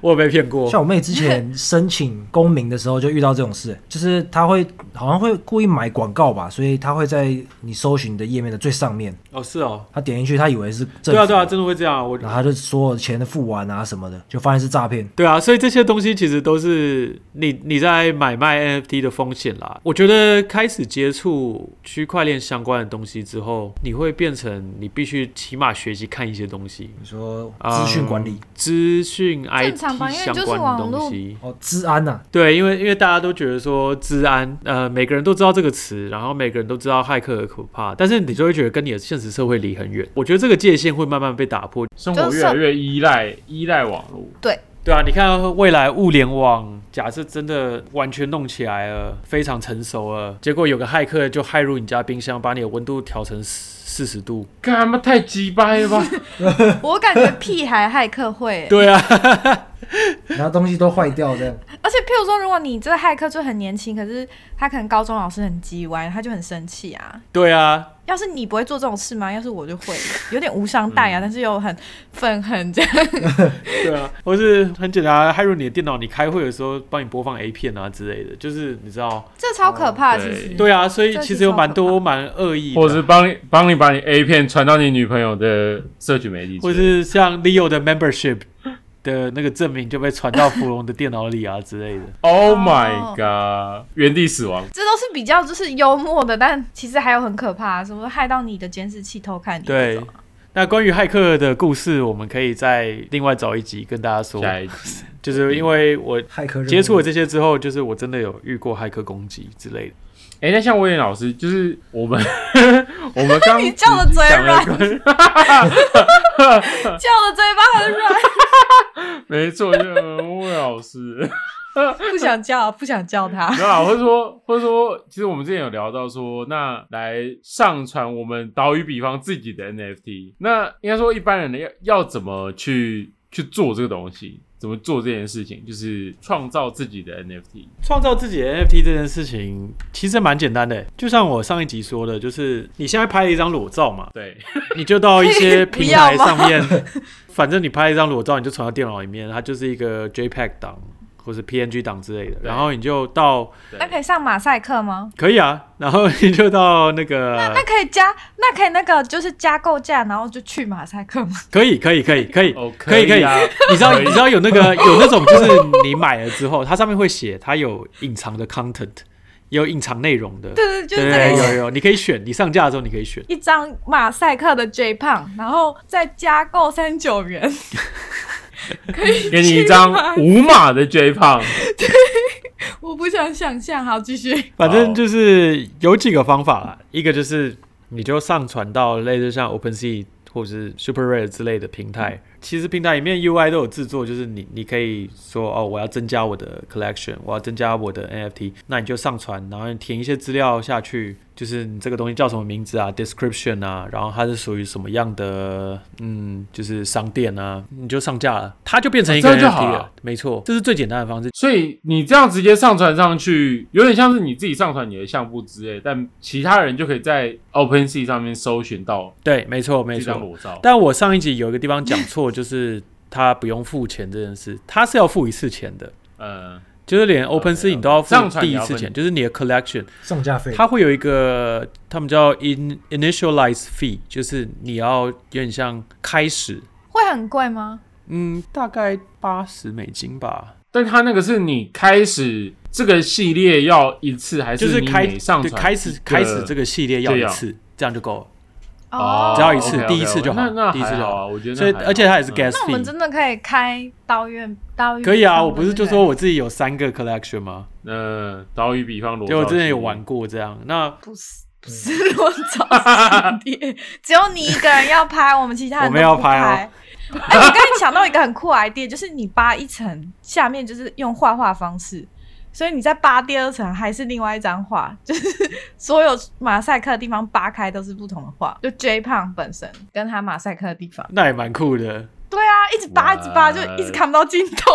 Speaker 1: 我有被骗过。
Speaker 4: 像我妹之前申请公民的时候就遇到这种事，就是她会好像会故意买广告吧，所以她会在你搜寻的页面的最上面，
Speaker 1: 哦，是哦，
Speaker 4: 她点进去，她以为是政府，
Speaker 1: 对啊，对啊，真的会这样啊。我
Speaker 4: 然后她就所有钱都付完啊什么的，就发现是诈骗。
Speaker 1: 对啊，所以这些东西其实都是你你在买卖 NFT 的风险啦。我觉得开始接触区块链相关的东西之后，你会变成你必须起码学习看一些东西，
Speaker 4: 你说
Speaker 1: 嗯
Speaker 4: 资讯管理、
Speaker 1: 资讯
Speaker 2: 正
Speaker 1: IT
Speaker 2: 常吧因为
Speaker 1: 相
Speaker 2: 就是
Speaker 1: 关的
Speaker 2: 网
Speaker 1: 东
Speaker 2: 络
Speaker 1: 西。
Speaker 4: 哦，治安呐、
Speaker 1: 对，因为因为大家都觉得说治安，呃，每个人都知道这个词，然后每个人都知道骇客的可怕，但是你就会觉得跟你的现实社会离很远。我觉得这个界限会慢慢被打破，
Speaker 3: 生活越来越依赖依赖网络。
Speaker 1: 对啊，你看未来物联网，假设真的完全弄起来了，非常成熟了，结果有个骇客就骇入你家冰箱，把你的温度调成四十度。
Speaker 3: 干他妈太鸡掰了吧！
Speaker 2: 我感觉屁孩骇客会、
Speaker 1: 对啊，
Speaker 4: 然后东西都坏掉这样，
Speaker 2: 而且譬如说，如果你这个骇客就很年轻，可是他可能高中老师很叽歪，他就很生气啊。
Speaker 1: 对啊，
Speaker 2: 要是你不会做这种事吗？要是我就会，有点无伤大雅，但是又很愤恨这样。
Speaker 1: 对啊，或是很简单，啊骇入你的电脑，你开会的时候帮你播放 A 片啊之类的，就是你知道，
Speaker 2: 这超可怕，
Speaker 3: 哦
Speaker 2: 其
Speaker 3: 对
Speaker 2: 实。
Speaker 1: 对啊，所以
Speaker 2: 嗯这
Speaker 1: 其
Speaker 2: 是
Speaker 1: 实有
Speaker 2: 超
Speaker 1: 蛮
Speaker 2: 可
Speaker 1: 多蛮恶意的啊，
Speaker 3: 或者是帮你帮你把你 A 片传到你女朋友的社群媒体之
Speaker 1: 或
Speaker 3: 类的，
Speaker 1: 是像 Leo 的 membership 的那个证明就被传到芙蓉的电脑里啊之类的。
Speaker 3: Oh
Speaker 2: 哦
Speaker 3: my god，原地死亡。
Speaker 2: 这都是比较就是幽默的，但其实还有很可怕，什么害到你的监视器偷看你这
Speaker 1: 对
Speaker 2: 种。，
Speaker 1: 那关于骇客的故事，我们可以再另外找一集跟大家说。
Speaker 3: 下一集，
Speaker 1: 就是因为我
Speaker 4: 骇客任务
Speaker 1: 接触了这些之后，就是我真的有遇过骇客攻击之类的。
Speaker 3: 哎、那像威廉老师，就是我们 我们 刚
Speaker 2: 你叫我
Speaker 3: 只
Speaker 2: 嘴
Speaker 3: 讲
Speaker 2: 软
Speaker 3: 了关，
Speaker 2: 叫的嘴巴很软，
Speaker 3: 没错，就是威廉老师。
Speaker 2: 不想叫，不想叫他。
Speaker 3: 没有啊，或者说，或者说，其实我们之前有聊到说，那来上传我们岛屿比方自己的 NFT，那应该说一般人的要要怎么去去做这个东西，怎么做这件事情，就是创造自己的 NFT。
Speaker 1: 创造自己的 NFT 这件事情其实蛮简单的，就像我上一集说的，就是你现在拍了一张裸照嘛，
Speaker 3: 对，
Speaker 1: 你就到一些 平台
Speaker 2: 不要
Speaker 1: 上
Speaker 2: 吗
Speaker 1: 面，反正你拍一张裸照，你就传到电脑里面，它就是一个 JPEG 档或是 PNG 档之类的，
Speaker 3: 对
Speaker 1: 然后你就到
Speaker 3: 对
Speaker 2: 那可以上马赛克吗？
Speaker 1: 可以啊， 然后你就到那个
Speaker 2: 那可以加，那可以那个就是加购价，然后就去马赛 克吗？
Speaker 1: 可以可以可以可以
Speaker 3: 哦
Speaker 1: 可以
Speaker 3: 可
Speaker 1: 可
Speaker 3: 以
Speaker 1: 以
Speaker 3: 啊，
Speaker 1: 你知道
Speaker 3: 可以
Speaker 1: 你知道有那个有那种就是你买了之后，它上面会写它有隐藏的 content，也有隐藏内容的，
Speaker 2: 对对，就
Speaker 1: 对
Speaker 2: 是这个意
Speaker 1: 有
Speaker 2: 思。
Speaker 1: 有，你可以选，你上架的时候你可以选。
Speaker 2: 一张马赛克的 J 胖，然后再加购三九元，
Speaker 3: 给你一张无码的 J 胖，
Speaker 2: 我不想想象。好，继续。
Speaker 1: 反正就是有几个方法啦，一个就是你就上传到类似像 OpenSea 或者是 SuperRare 之类的平台。
Speaker 5: 嗯
Speaker 1: 其实平台里面 UI 都有制作，就是你你可以说哦，我要增加我的 collection，我要增加我的 NFT，那你就上传，然后你填一些资料下去，就是你这个东西叫什么名字啊，description 啊，然后它是属于什么样的，嗯，就是商店啊，你就上架了，它就变成一个
Speaker 5: 哦这样就
Speaker 1: NFT
Speaker 5: 好
Speaker 1: 了。
Speaker 5: 了
Speaker 1: 没错，这是最简单的方式。
Speaker 5: 所以你这样直接上传上去，有点像是你自己上传你的相簿之类，但其他人就可以在 OpenSea 上面搜寻到
Speaker 1: 对，没错，没
Speaker 5: 这
Speaker 1: 错
Speaker 5: 张。裸照。
Speaker 1: 但我上一集有一个地方讲错，就是他不用付钱这件事，他是要付一次钱的，
Speaker 5: 嗯，
Speaker 1: 就是连 Open s e a 你都要付
Speaker 5: 上传也
Speaker 1: 第一
Speaker 5: 要
Speaker 1: 次
Speaker 5: 分
Speaker 1: 钱，就是你的 collection，
Speaker 4: 上架费，
Speaker 1: 它会有一个他们叫 in initialize fee，就是你要有点像开始，
Speaker 2: 会很贵吗？
Speaker 1: 嗯，大概八十美金吧，
Speaker 5: 但他那个是你开始这个系列要一次，还
Speaker 1: 就是
Speaker 5: 你
Speaker 1: 开
Speaker 5: 每上
Speaker 1: 对
Speaker 5: 传
Speaker 1: 开始开始这
Speaker 5: 个
Speaker 1: 个系列要
Speaker 5: 对
Speaker 1: 一
Speaker 5: 啊
Speaker 1: 次，这样就够了。
Speaker 5: 哦，
Speaker 1: 只要一次
Speaker 5: OK，OK，
Speaker 1: 第一次就好
Speaker 5: 那那
Speaker 1: 第一次就
Speaker 5: 还
Speaker 1: 好
Speaker 5: 好啊，我觉得那
Speaker 1: 所以
Speaker 5: 还好
Speaker 1: 而且它也是
Speaker 5: 嗯
Speaker 1: gas
Speaker 2: 那我们
Speaker 1: fee，
Speaker 2: 真的可以开刀院刀院？
Speaker 1: 可以啊，我不是就说我自己有三个 collection 吗？
Speaker 5: 嗯，打比比方裸照，
Speaker 1: 就我之前有玩，过这样，那
Speaker 2: 不是不 是裸照系列，只有你一个人要拍，我们其他人
Speaker 1: 我们
Speaker 2: 都
Speaker 1: 要
Speaker 2: 不
Speaker 1: 拍哦
Speaker 2: 拍。哎、我刚才想到一个很酷的 idea，就是你扒一层，下面就是用画画方式，所以你再扒第二层还是另外一张画， 就是所有马赛克的地方扒开都是不同的画，就 J 胖本身跟他马赛克的地方。
Speaker 1: 那也蛮酷的。
Speaker 2: 对啊，一直扒一直扒，就一直看不到尽头。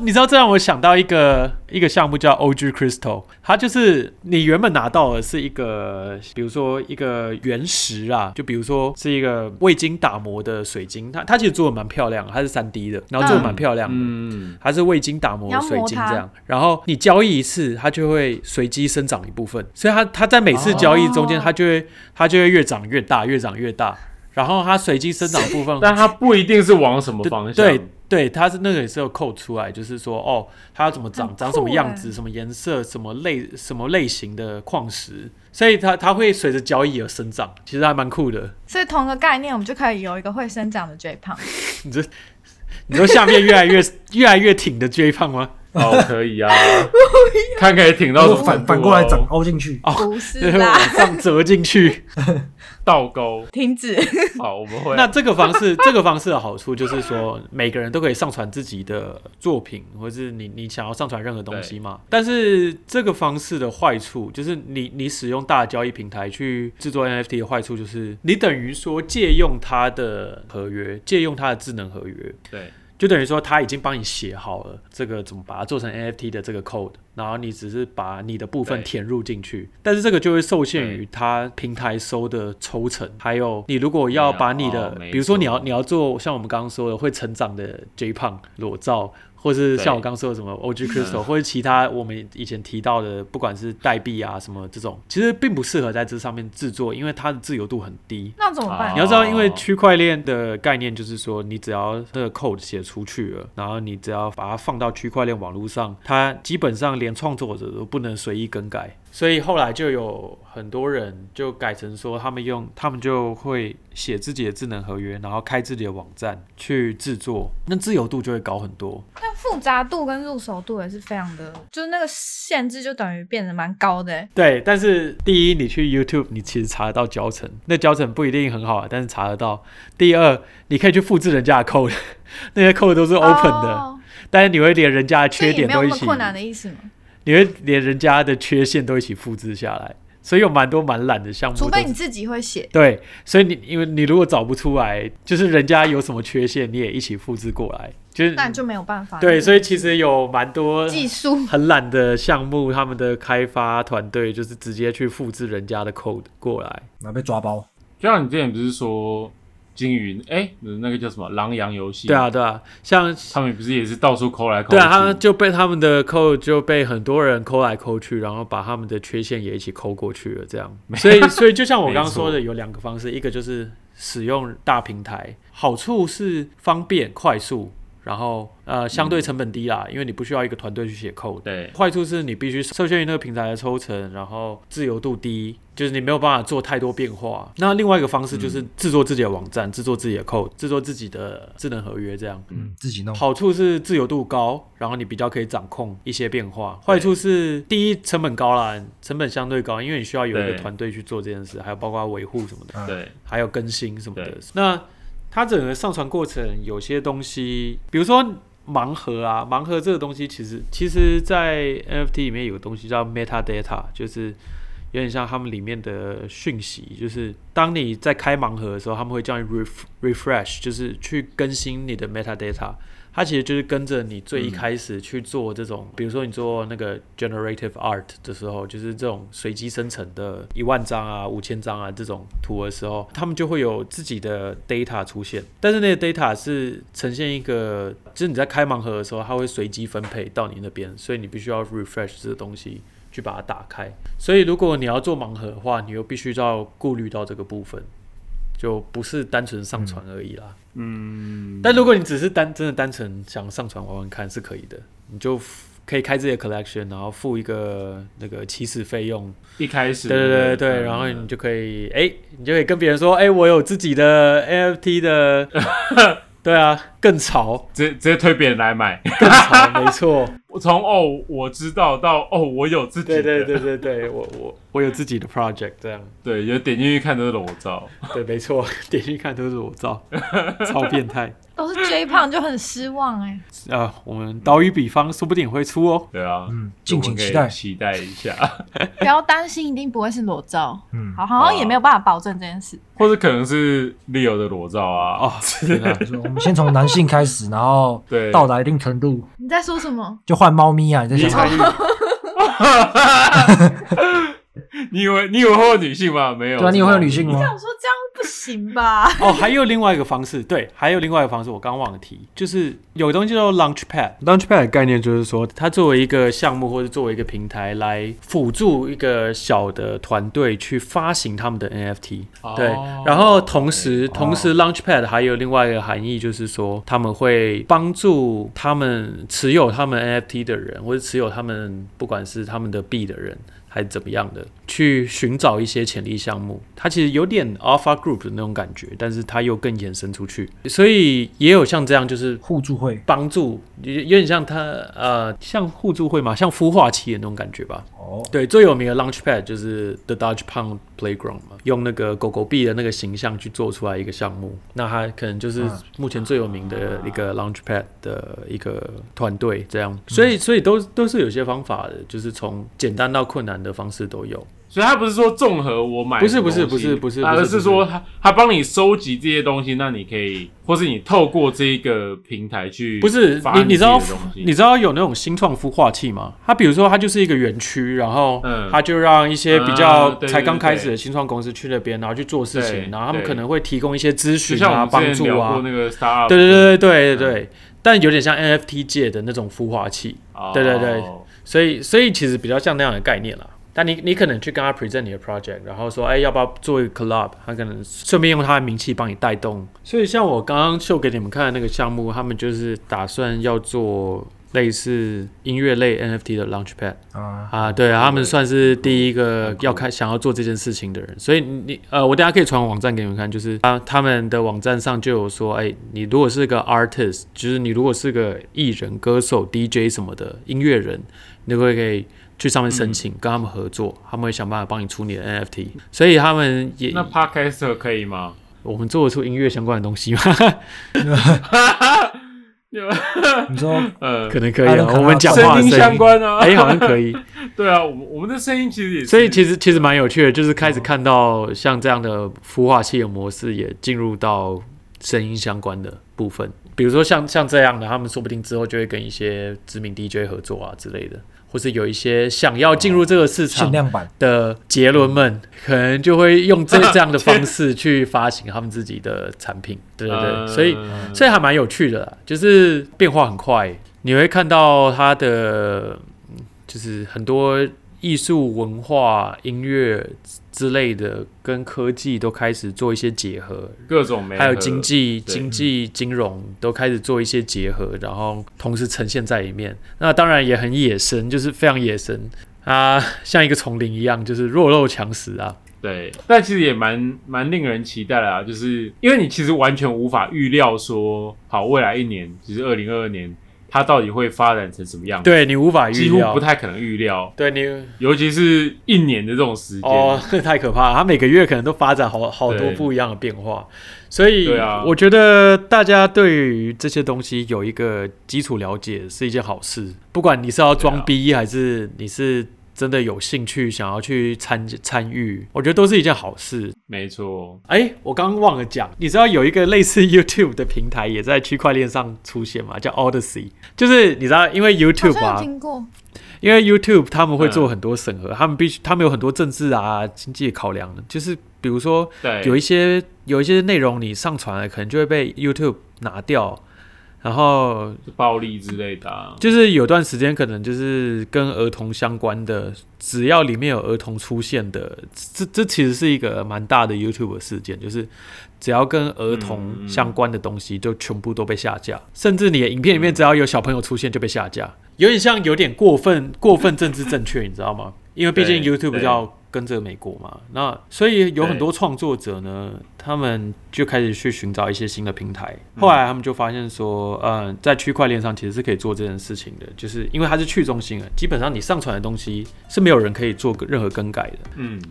Speaker 1: 你知道这让我想到一个一个项目叫 OG Crystal，它就是你原本拿到的是一个，比如说一个原石啊，就比如说是一个未经打磨的水晶，它它其实做的蛮漂亮的，它是3 D 的，然后做的蛮漂亮的。
Speaker 5: 嗯，
Speaker 1: 它是未经打磨的水晶这样，然后你交易一次，它就会随机生长一部分，所以它它在每次交易中间，
Speaker 5: 哦
Speaker 1: 它就会它就会越长越大，越长越大，然后它随机生长的部
Speaker 3: 哦
Speaker 1: 分
Speaker 5: 但它不一定是往什么方向，
Speaker 1: 对对，它是那个也是有扣出来，就是说哦，它要怎么长
Speaker 2: 很，
Speaker 1: 长什么
Speaker 2: 酷
Speaker 1: 样
Speaker 2: 欸
Speaker 1: 子，什么颜色，什么类什么类型的矿石，所以它它会随着交易而生长，其实还蛮酷的。
Speaker 2: 所以同个概念，我们就可以有一个会生长的 J 胖。
Speaker 1: 你这你说下面越来越 越来越挺的 J 胖吗？
Speaker 5: 哦，可以 啊，看可以挺到什么
Speaker 4: 我
Speaker 5: 程
Speaker 4: 反
Speaker 5: 度
Speaker 4: 反过
Speaker 3: 啊
Speaker 4: 来长
Speaker 5: 哦
Speaker 4: 凹进去，
Speaker 2: 不
Speaker 1: 就是是
Speaker 2: 啦
Speaker 1: 往，上折进去。
Speaker 5: 倒钩。
Speaker 2: 停止。
Speaker 5: 好，我
Speaker 3: 啊
Speaker 5: 们会
Speaker 1: 那这个方式，这个方式的好处就是说，每个人都可以上传自己的作品，或是你你想要上传任何东西嘛。但是这个方式的坏处就是你，你使用大的交易平台去制作 NFT 的坏处就是，你等于说借用它的合约，借用它的智能合约，
Speaker 5: 对，
Speaker 1: 就等于说他已经帮你写好了这个怎么把它做成 NFT 的这个 code，然后你只是把你的部分
Speaker 5: 对
Speaker 1: 填入进去，但是这个就会受限于它平台收的抽成，还有你如果要把你的
Speaker 5: 没有哦，没
Speaker 1: 比如说你要
Speaker 5: 错
Speaker 1: 你要做像我们刚刚说的会成长的 J 胖裸照。或是
Speaker 5: 对
Speaker 1: 像我刚说的什么 OG Crystal，、
Speaker 5: 嗯
Speaker 1: 或者其他我们以前提到的，不管是代币啊什么这种，其实并不适合在这上面制作，因为它的自由度很低。
Speaker 2: 那怎么办？
Speaker 5: 啊
Speaker 1: 你要知道，因为区块链的概念就是说，你只要这个 code 写出去了，然后你只要把它放到区块链网络上，它基本上连创作者都不能随意更改。所以后来就有很多人就改成说，他们用他们就会写自己的智能合约，然后开自己的网站去制作，那自由度就会高很多。
Speaker 2: 那复杂度跟入手度也是非常的，就是那个限制就等于变得蛮高的欸。
Speaker 1: 对，但是第一，你去 YouTube，你其实查得到教程，那教程不一定很好，啊但是查得到。第二，你可以去复制人家的 code，那些 code 都是 open 的。
Speaker 2: 哦
Speaker 1: 但是你会连人家的
Speaker 2: 所以
Speaker 1: 缺点
Speaker 2: 也没有
Speaker 1: 都一
Speaker 2: 那么
Speaker 1: 起，
Speaker 2: 困难的意思嘛。
Speaker 1: 你会连人家的缺陷都一起复制下来，所以有蛮多蛮懒的项目都
Speaker 2: 除
Speaker 1: 是。
Speaker 2: 非你自己会写，
Speaker 1: 对，所以你因为你如果找不出来，就是人家有什么缺陷，你也一起复制过来，就是
Speaker 2: 那你就没有办法。
Speaker 1: 对，所以其实有蛮多
Speaker 2: 技术
Speaker 1: 很懒的项目，他们的开发团队就是直接去复制人家的 code 过来。
Speaker 4: 然后被抓包。
Speaker 5: 就像你之前不是说金鱼，哎，那个叫什么狼羊游戏？
Speaker 1: 对啊，，对啊，像
Speaker 5: 他们不是也是到处抠来抠去？
Speaker 1: 对啊，他就被他们的扣就被很多人抠来抠去，然后把他们的缺陷也一起抠过去了，这样。所以，所以就像我刚刚说的，有两个方式，一个就是使用大平台，好处是方便快速，然后呃相对成本低啦，因为你不需要一个团队去写 code。
Speaker 5: 对
Speaker 1: 坏处是你必须受限于那个平台的抽成，然后自由度低，就是你没有办法做太多变化。那另外一个方式就是制作自己的网站，制作自己的 code，制作自己的智能合约这样。
Speaker 4: 嗯，自己弄。
Speaker 1: 好处是自由度高，然后你比较可以掌控一些变化。坏处是第一成本高啦，成本相对高，因为你需要有一个
Speaker 5: 对
Speaker 1: 团队去做这件事，还有包括维护什么的。
Speaker 5: 对
Speaker 1: 还有更新什么的
Speaker 5: 对。
Speaker 1: 那它整个上传过程有些东西，比如说盲盒啊，盲盒这个东西其实其实在 NFT 里面有个东西叫 metadata，就是有点像他们里面的讯息，就是当你在开盲盒的时候，他们会叫你 ref refresh，就是去更新你的 metadata。它其实就是跟着你最一开始去做这种，比如说你做那个 generative art 的时候，就是这种随机生成的一万张啊、五千张啊这种图的时候，他们就会有自己的 data 出现。但是那个 data 是呈现一个，就是你在开盲盒的时候，它会随机分配到你那边，所以你必须要 refresh 这个东西。去把它打开，所以如果你要做盲盒的话，你又必须要顾虑到这个部分，就不是单纯上传而已啦。
Speaker 5: 嗯，
Speaker 1: 但如果你只是单真的单纯想上传玩玩看是可以的，你就 f- 可以开自己的 collection，然后付一个那个起始费用，
Speaker 5: 一开始
Speaker 1: 对对对对，然后你就可以哎、你就可以跟别人说，哎、我有自己的 NFT 的， 对啊，更潮
Speaker 5: 直接直接推别人来买。
Speaker 1: 更潮，没错，
Speaker 5: 我从哦我知道到哦我有自己
Speaker 1: 对
Speaker 5: 的，
Speaker 1: 对对对 对，我我我有自己的 project 这样，
Speaker 5: 对，有点进去看都是裸照，
Speaker 1: 对，没错， 点进去看都是裸 照，超变态
Speaker 2: 都是 J 胖就很失望哎、
Speaker 1: 啊、我们岛屿比方说不定也会出哦，
Speaker 5: 对啊，
Speaker 4: 嗯
Speaker 5: 就我
Speaker 4: 敬请
Speaker 5: 可以
Speaker 4: 期待
Speaker 5: 期待一下，
Speaker 2: 不要担心，一定不会是裸照。
Speaker 4: 嗯，
Speaker 2: 好，好像也没有办法保证这件事。
Speaker 5: 或者可能是 Leo 的裸照啊，
Speaker 1: 哦，天啊！
Speaker 4: 就是 我们先从男性开始，然后
Speaker 5: 对
Speaker 4: 到达一定程度
Speaker 2: 你在说什么？
Speaker 4: 就换猫咪啊！你在想
Speaker 5: 你你以为你以为会有女性吗？没有，
Speaker 4: 对啊，你也会有女性吗？
Speaker 2: 我说这样不行吧？
Speaker 1: 哦，还有另外一个方式，对，还有另外一个方式，我刚忘了提，就是有个东西叫做 Launchpad。Launchpad 的概念就是说，它作为一个项目或者作为一个平台，来辅助一个小的团队去发行他们的 NFT。
Speaker 5: 哦
Speaker 1: 对，然后同时，同时 Launchpad 还有另外一个含义，就是说他们会帮助他们持有他们 NFT 的人，或者持有他们不管是他们的币的人，还是怎么样的，去寻找一些潜力项目。它其实有点 Alpha Group 的那种感觉，但是它又更延伸出去，所以也有像这样就是。
Speaker 4: 互助会
Speaker 1: 帮助有有点像它呃，像互助会嘛，像孵化器的那种感觉吧。
Speaker 4: 哦，
Speaker 1: 对，最有名的 Launchpad 就是 The Dodge Pound Playground 嘛，用那个狗狗币的那个形象去做出来一个项目。那它可能就是
Speaker 4: 嗯
Speaker 1: 目前最有名的一
Speaker 5: 啊
Speaker 1: 个 Launchpad 的一个团队这样。所
Speaker 5: 嗯
Speaker 1: 以，所以都都是有些方法的，就是从简单到困难的方式都有。
Speaker 5: 所以他不是说综合我买的
Speaker 1: 不是不是
Speaker 5: 东西
Speaker 1: 不是不是
Speaker 5: 而
Speaker 1: 不是
Speaker 5: 是说他他帮你收集这些东西，那你可以，或是你透过这个平台去
Speaker 1: 不是
Speaker 5: 发
Speaker 1: 你，
Speaker 5: 自
Speaker 1: 你
Speaker 5: 己
Speaker 1: 知
Speaker 5: 的
Speaker 1: 道
Speaker 5: 东西
Speaker 1: 你知道有那种新创孵化器吗？它比如说它就是一个园区，然后
Speaker 5: 嗯
Speaker 1: 它就让一些比
Speaker 5: 啊
Speaker 1: 较
Speaker 5: 对对
Speaker 1: 才刚
Speaker 5: 对
Speaker 1: 开始
Speaker 5: 对
Speaker 1: 的新创公司去那边，然后去做事
Speaker 5: 对
Speaker 1: 情，然后他们
Speaker 5: 对
Speaker 1: 可能会提供一些咨
Speaker 5: 就
Speaker 1: 询
Speaker 5: 像我
Speaker 1: 啊、
Speaker 5: 们
Speaker 1: 帮
Speaker 5: 之前
Speaker 1: 助
Speaker 5: 聊
Speaker 1: 啊
Speaker 5: 过。那个 star，
Speaker 1: 对对对对对对，但有点像 NFT 界的那种孵化器，对对对
Speaker 5: 哦
Speaker 1: 所以所以其实比较像那样的概念啦。但你你可能去跟他 present 你的 project，然后说，哎，要不要做一个 club？他可能顺便用他的名气帮你带动。所以像我刚刚秀给你们看的那个项目，他们就是打算要做类似音乐类 NFT 的 launchpad。
Speaker 4: 啊，
Speaker 1: 啊，对他们算是第一个要开想要做这件事情的人，所以你呃，我等下可以传网站给你们看，就是啊，他们的网站上就有说，哎，你如果是个 artist，就是你如果是个艺人、歌手、DJ 什么的音乐人，你就会可以去上面申
Speaker 5: 嗯
Speaker 1: 请、跟他们合作，他们会想办法帮你出你的 NFT，所以他们也
Speaker 5: 那 podcaster 可以吗？
Speaker 1: 我们做得出音乐相关的东西吗？
Speaker 4: 你说
Speaker 5: 呃，
Speaker 1: 可能可以
Speaker 4: 他们
Speaker 1: 啊，
Speaker 4: 可能
Speaker 1: 我们讲话
Speaker 5: 声
Speaker 1: 的
Speaker 5: 音相
Speaker 1: 声音，
Speaker 5: 关啊，
Speaker 1: 哎，好像可以。
Speaker 5: 对啊，我们我们的声音其实也是，
Speaker 1: 所以其实其实蛮有趣的，就是开始看到像这样的孵化器的模式也进入到声音相关的部分，比如说像像这样的，他们说不定之后就会跟一些知名 DJ 合作啊之类的，或是有一些想要进入这个市
Speaker 4: 限
Speaker 1: 场
Speaker 4: 量版
Speaker 1: 的杰伦们，可能就会用这 这样的方式去发行他们自己的产品，对对对，
Speaker 5: 嗯
Speaker 1: 所以所以还蛮有趣的啦，就是变化很快，你会看到它的，嗯就是很多艺术、文化、音乐之类的，跟科技都开始做一些结合，
Speaker 5: 各种媒合，
Speaker 1: 还有经济、
Speaker 5: 对
Speaker 1: 经济、金融都开始做一些结合，然后同时呈现在里面。那当然也很野生，就是非常野生啊，像一个丛林一样，就是弱肉强食啊。
Speaker 5: 对，但其实也蛮蛮令人期待啦，就是因为你其实完全无法预料说，好未来一年，就是二零二二年，它到底会发展成什么样子，
Speaker 1: 对你无法
Speaker 5: 几
Speaker 1: 预
Speaker 5: 乎
Speaker 1: 料，
Speaker 5: 不太可能预料，
Speaker 1: 对你
Speaker 5: 尤其是一年的这种时间。
Speaker 1: 哦， 太可怕了！它每个月可能都发展好好多
Speaker 5: 对
Speaker 1: 不一样的变化，所以
Speaker 5: 对啊
Speaker 1: 我觉得大家对于这些东西有一个基础了解是一件好事。不管你是要
Speaker 5: 对
Speaker 1: 装
Speaker 5: 啊
Speaker 1: 逼，还是你是真的有兴趣想要去参参与，我觉得都是一件好事。
Speaker 5: 没错，
Speaker 1: 哎，我刚刚忘了讲，你知道有一个类似 YouTube 的平台也在区块链上出现嘛？叫 Odyssey，就是你知道，因为
Speaker 2: 好
Speaker 1: YouTube
Speaker 2: 像有
Speaker 1: 啊，
Speaker 2: 听过，
Speaker 1: 因为 YouTube 他们会
Speaker 5: 嗯
Speaker 1: 做很多审核，他们必须他们有很多政治啊、经济考量的，就是比如说
Speaker 5: 对，
Speaker 1: 有一些有一些内容你上传了，可能就会被 YouTube 拿掉，然后
Speaker 5: 暴力之类的、啊，
Speaker 1: 就是有段时间可能就是跟儿童相关的，只要里面有儿童出现的，这这其实是一个蛮大的 YouTube 的事件，就是只要跟儿童相关的东西，就全部都被下架，
Speaker 5: 嗯
Speaker 1: 甚至你的影片里面只要有小朋友出现就被下架，有点像有点过分过分政治正确，你知道吗？因为毕竟
Speaker 5: 对
Speaker 1: YouTube
Speaker 5: 对
Speaker 1: 要跟着美国嘛，那所以有很多创作者呢，他们就开始去寻找一些新的平台。后来他们就发现说，嗯，在区块链上其实是可以做这件事情的，就是因为它是去中心的，基本上你上传的东西是没有人可以做任何更改的。
Speaker 5: 嗯，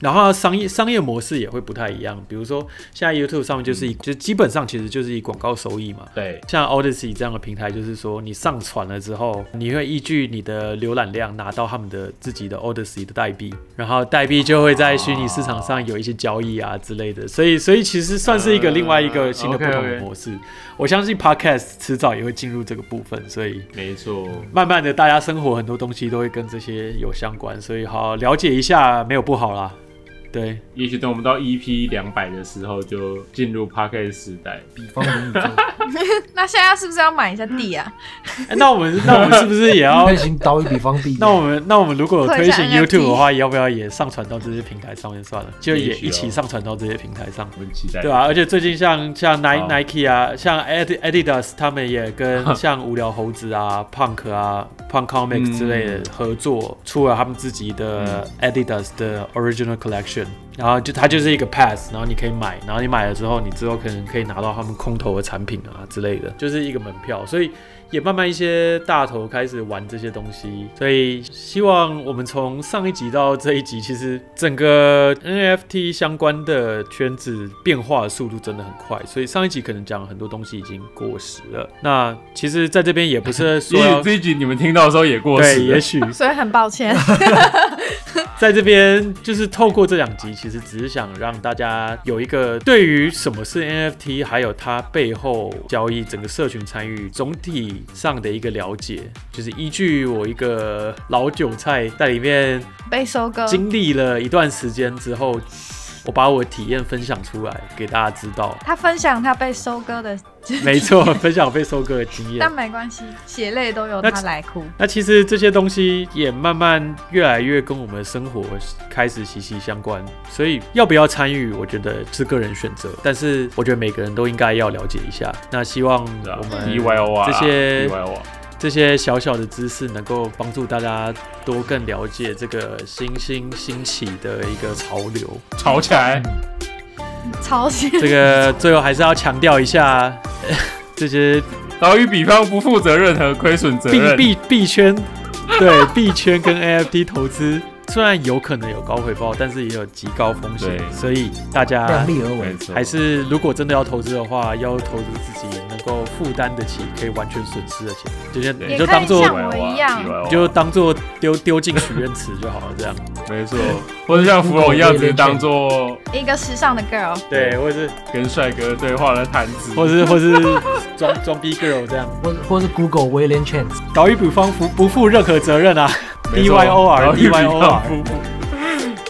Speaker 1: 然后商业商业模式也会不太一样，比如说现在 YouTube 上面就是以，就基本上其实就是以广告收益嘛，
Speaker 5: 对，
Speaker 1: 像 Odyssey 这样的平台，就是说你上传了之后，你会依据你的浏览量拿到他们的自己的 Odyssey 的代币，然后代币就会在虚拟市场上有一些交易啊之类的，所以所以其实算是一个
Speaker 5: 嗯
Speaker 1: 另外一个新的不同的
Speaker 5: OK，OK
Speaker 1: 模式。我相信 Podcast 迟早也会进入这个部分，所以
Speaker 5: 没错，
Speaker 1: 慢慢的大家生活很多东西都会跟这些有相关，所以好好了解一下没有不好啦。对，
Speaker 5: 也许等我们到 EP 两百的时候，就进入 p a r k e t 时代。
Speaker 4: 比方 元宇宙，
Speaker 2: 那现在是不是要买一下地啊？
Speaker 1: 哎那我们那我们是不是也要
Speaker 4: 类型岛屿比方币。
Speaker 1: 那我们那我们如果有推行
Speaker 2: 推一下 NFT
Speaker 1: YouTube 的话，要不要也上传到这些平台上面算了？就也
Speaker 5: 也许哦
Speaker 1: 一起上传到这些平台 上，
Speaker 5: 我们期待，
Speaker 1: 对啊吧、而且最近像像 Ni-
Speaker 5: 好
Speaker 1: Nike 啊，像 Adi- Adidas 他们也跟像无聊猴子啊、Punk 啊、Punk Comics
Speaker 5: 嗯
Speaker 1: 之类的合作，出了他们自己的 Adidas 的 Original Collection。然后就它就是一个 pass，然后你可以买，然后你买了之后，你之后可能可以拿到他们空投的产品啊之类的，就是一个门票。所以也慢慢一些大头开始玩这些东西，所以希望我们从上一集到这一集，其实整个 NFT 相关的圈子变化的速度真的很快，所以上一集可能讲很多东西已经过时了。那其实在这边也不是说
Speaker 5: 也许
Speaker 1: 要
Speaker 5: 这一集你们听到的时候也过时
Speaker 1: 对，
Speaker 5: 了
Speaker 1: 也许
Speaker 2: 所以很抱 歉，
Speaker 1: 在这边就是透过这两集，其实只是想让大家有一个对于什么是 NFT，还有它背后交易、整个社群参与总体上的一个了解。就是依据我一个老韭菜在里面
Speaker 2: 被收割。
Speaker 1: 经历了一段时间之后，我把我的体验分享出来给大家知道。
Speaker 2: 他分享他被收割的，
Speaker 1: 没错，分享被收割的经验
Speaker 2: 但。没关系，血泪都由
Speaker 1: 那
Speaker 2: 他来哭。
Speaker 1: 那其实这些东西也慢慢越来越跟我们的生活开始息息相关，所以要不要参与，我觉得是个人选择，但是我觉得每个人都应该要了解一下。那希望
Speaker 5: 对啊
Speaker 1: 我
Speaker 5: ，D
Speaker 1: 们
Speaker 3: 嗯
Speaker 5: Y O 啊，
Speaker 1: 这些
Speaker 5: D Y O，
Speaker 1: 这些小小的知识能够帮助大家多更了解这个新兴兴起的一个潮流。
Speaker 5: 吵起来，
Speaker 2: 超级
Speaker 1: 这个最后还是要强调一下， 这些
Speaker 5: 岛屿比方不负责任和亏损责
Speaker 1: 币
Speaker 5: 任，
Speaker 1: 币币圈，对币圈跟 NFT 投资，虽然有可能有高回报，但是也有极高风险，
Speaker 5: 对
Speaker 1: 所以大家
Speaker 4: 量力而
Speaker 5: 没
Speaker 4: 为，
Speaker 5: 错，
Speaker 1: 还是如果真的要投资的话，要投资自己能够负担得起，可以完全损失的钱，就是
Speaker 5: 对
Speaker 1: 你就
Speaker 2: 也可以
Speaker 1: 当做
Speaker 2: 像我一样
Speaker 5: DYO 啊
Speaker 1: 就当做丢丢进许愿池就好了，这 样。
Speaker 5: 没错，或者像芙蓉一样，只是当做
Speaker 2: 一个时尚的 girl，
Speaker 1: 对，或是
Speaker 5: 跟帅哥对话的谈资，
Speaker 1: 或是或是装装逼 girl 这样，
Speaker 4: 或或是 Google William Chance，
Speaker 1: 岛屿比方不不负任何责任啊
Speaker 5: 没
Speaker 1: ，D
Speaker 5: 错
Speaker 1: Y O
Speaker 5: 岛
Speaker 1: R
Speaker 5: 屿
Speaker 1: D
Speaker 5: 比
Speaker 1: Y O
Speaker 5: 方
Speaker 1: R。
Speaker 5: 夫妇，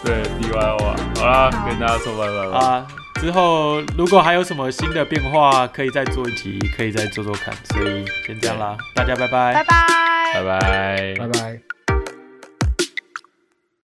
Speaker 5: 对 D Y O 啊，好啦，跟大家说拜拜吧。
Speaker 1: 啊。之后如果还有什么新的变化，可以再做一哎集，可以再做做看。所以先这样啦，大家拜拜
Speaker 2: 拜拜。
Speaker 5: 拜拜，
Speaker 4: 拜拜。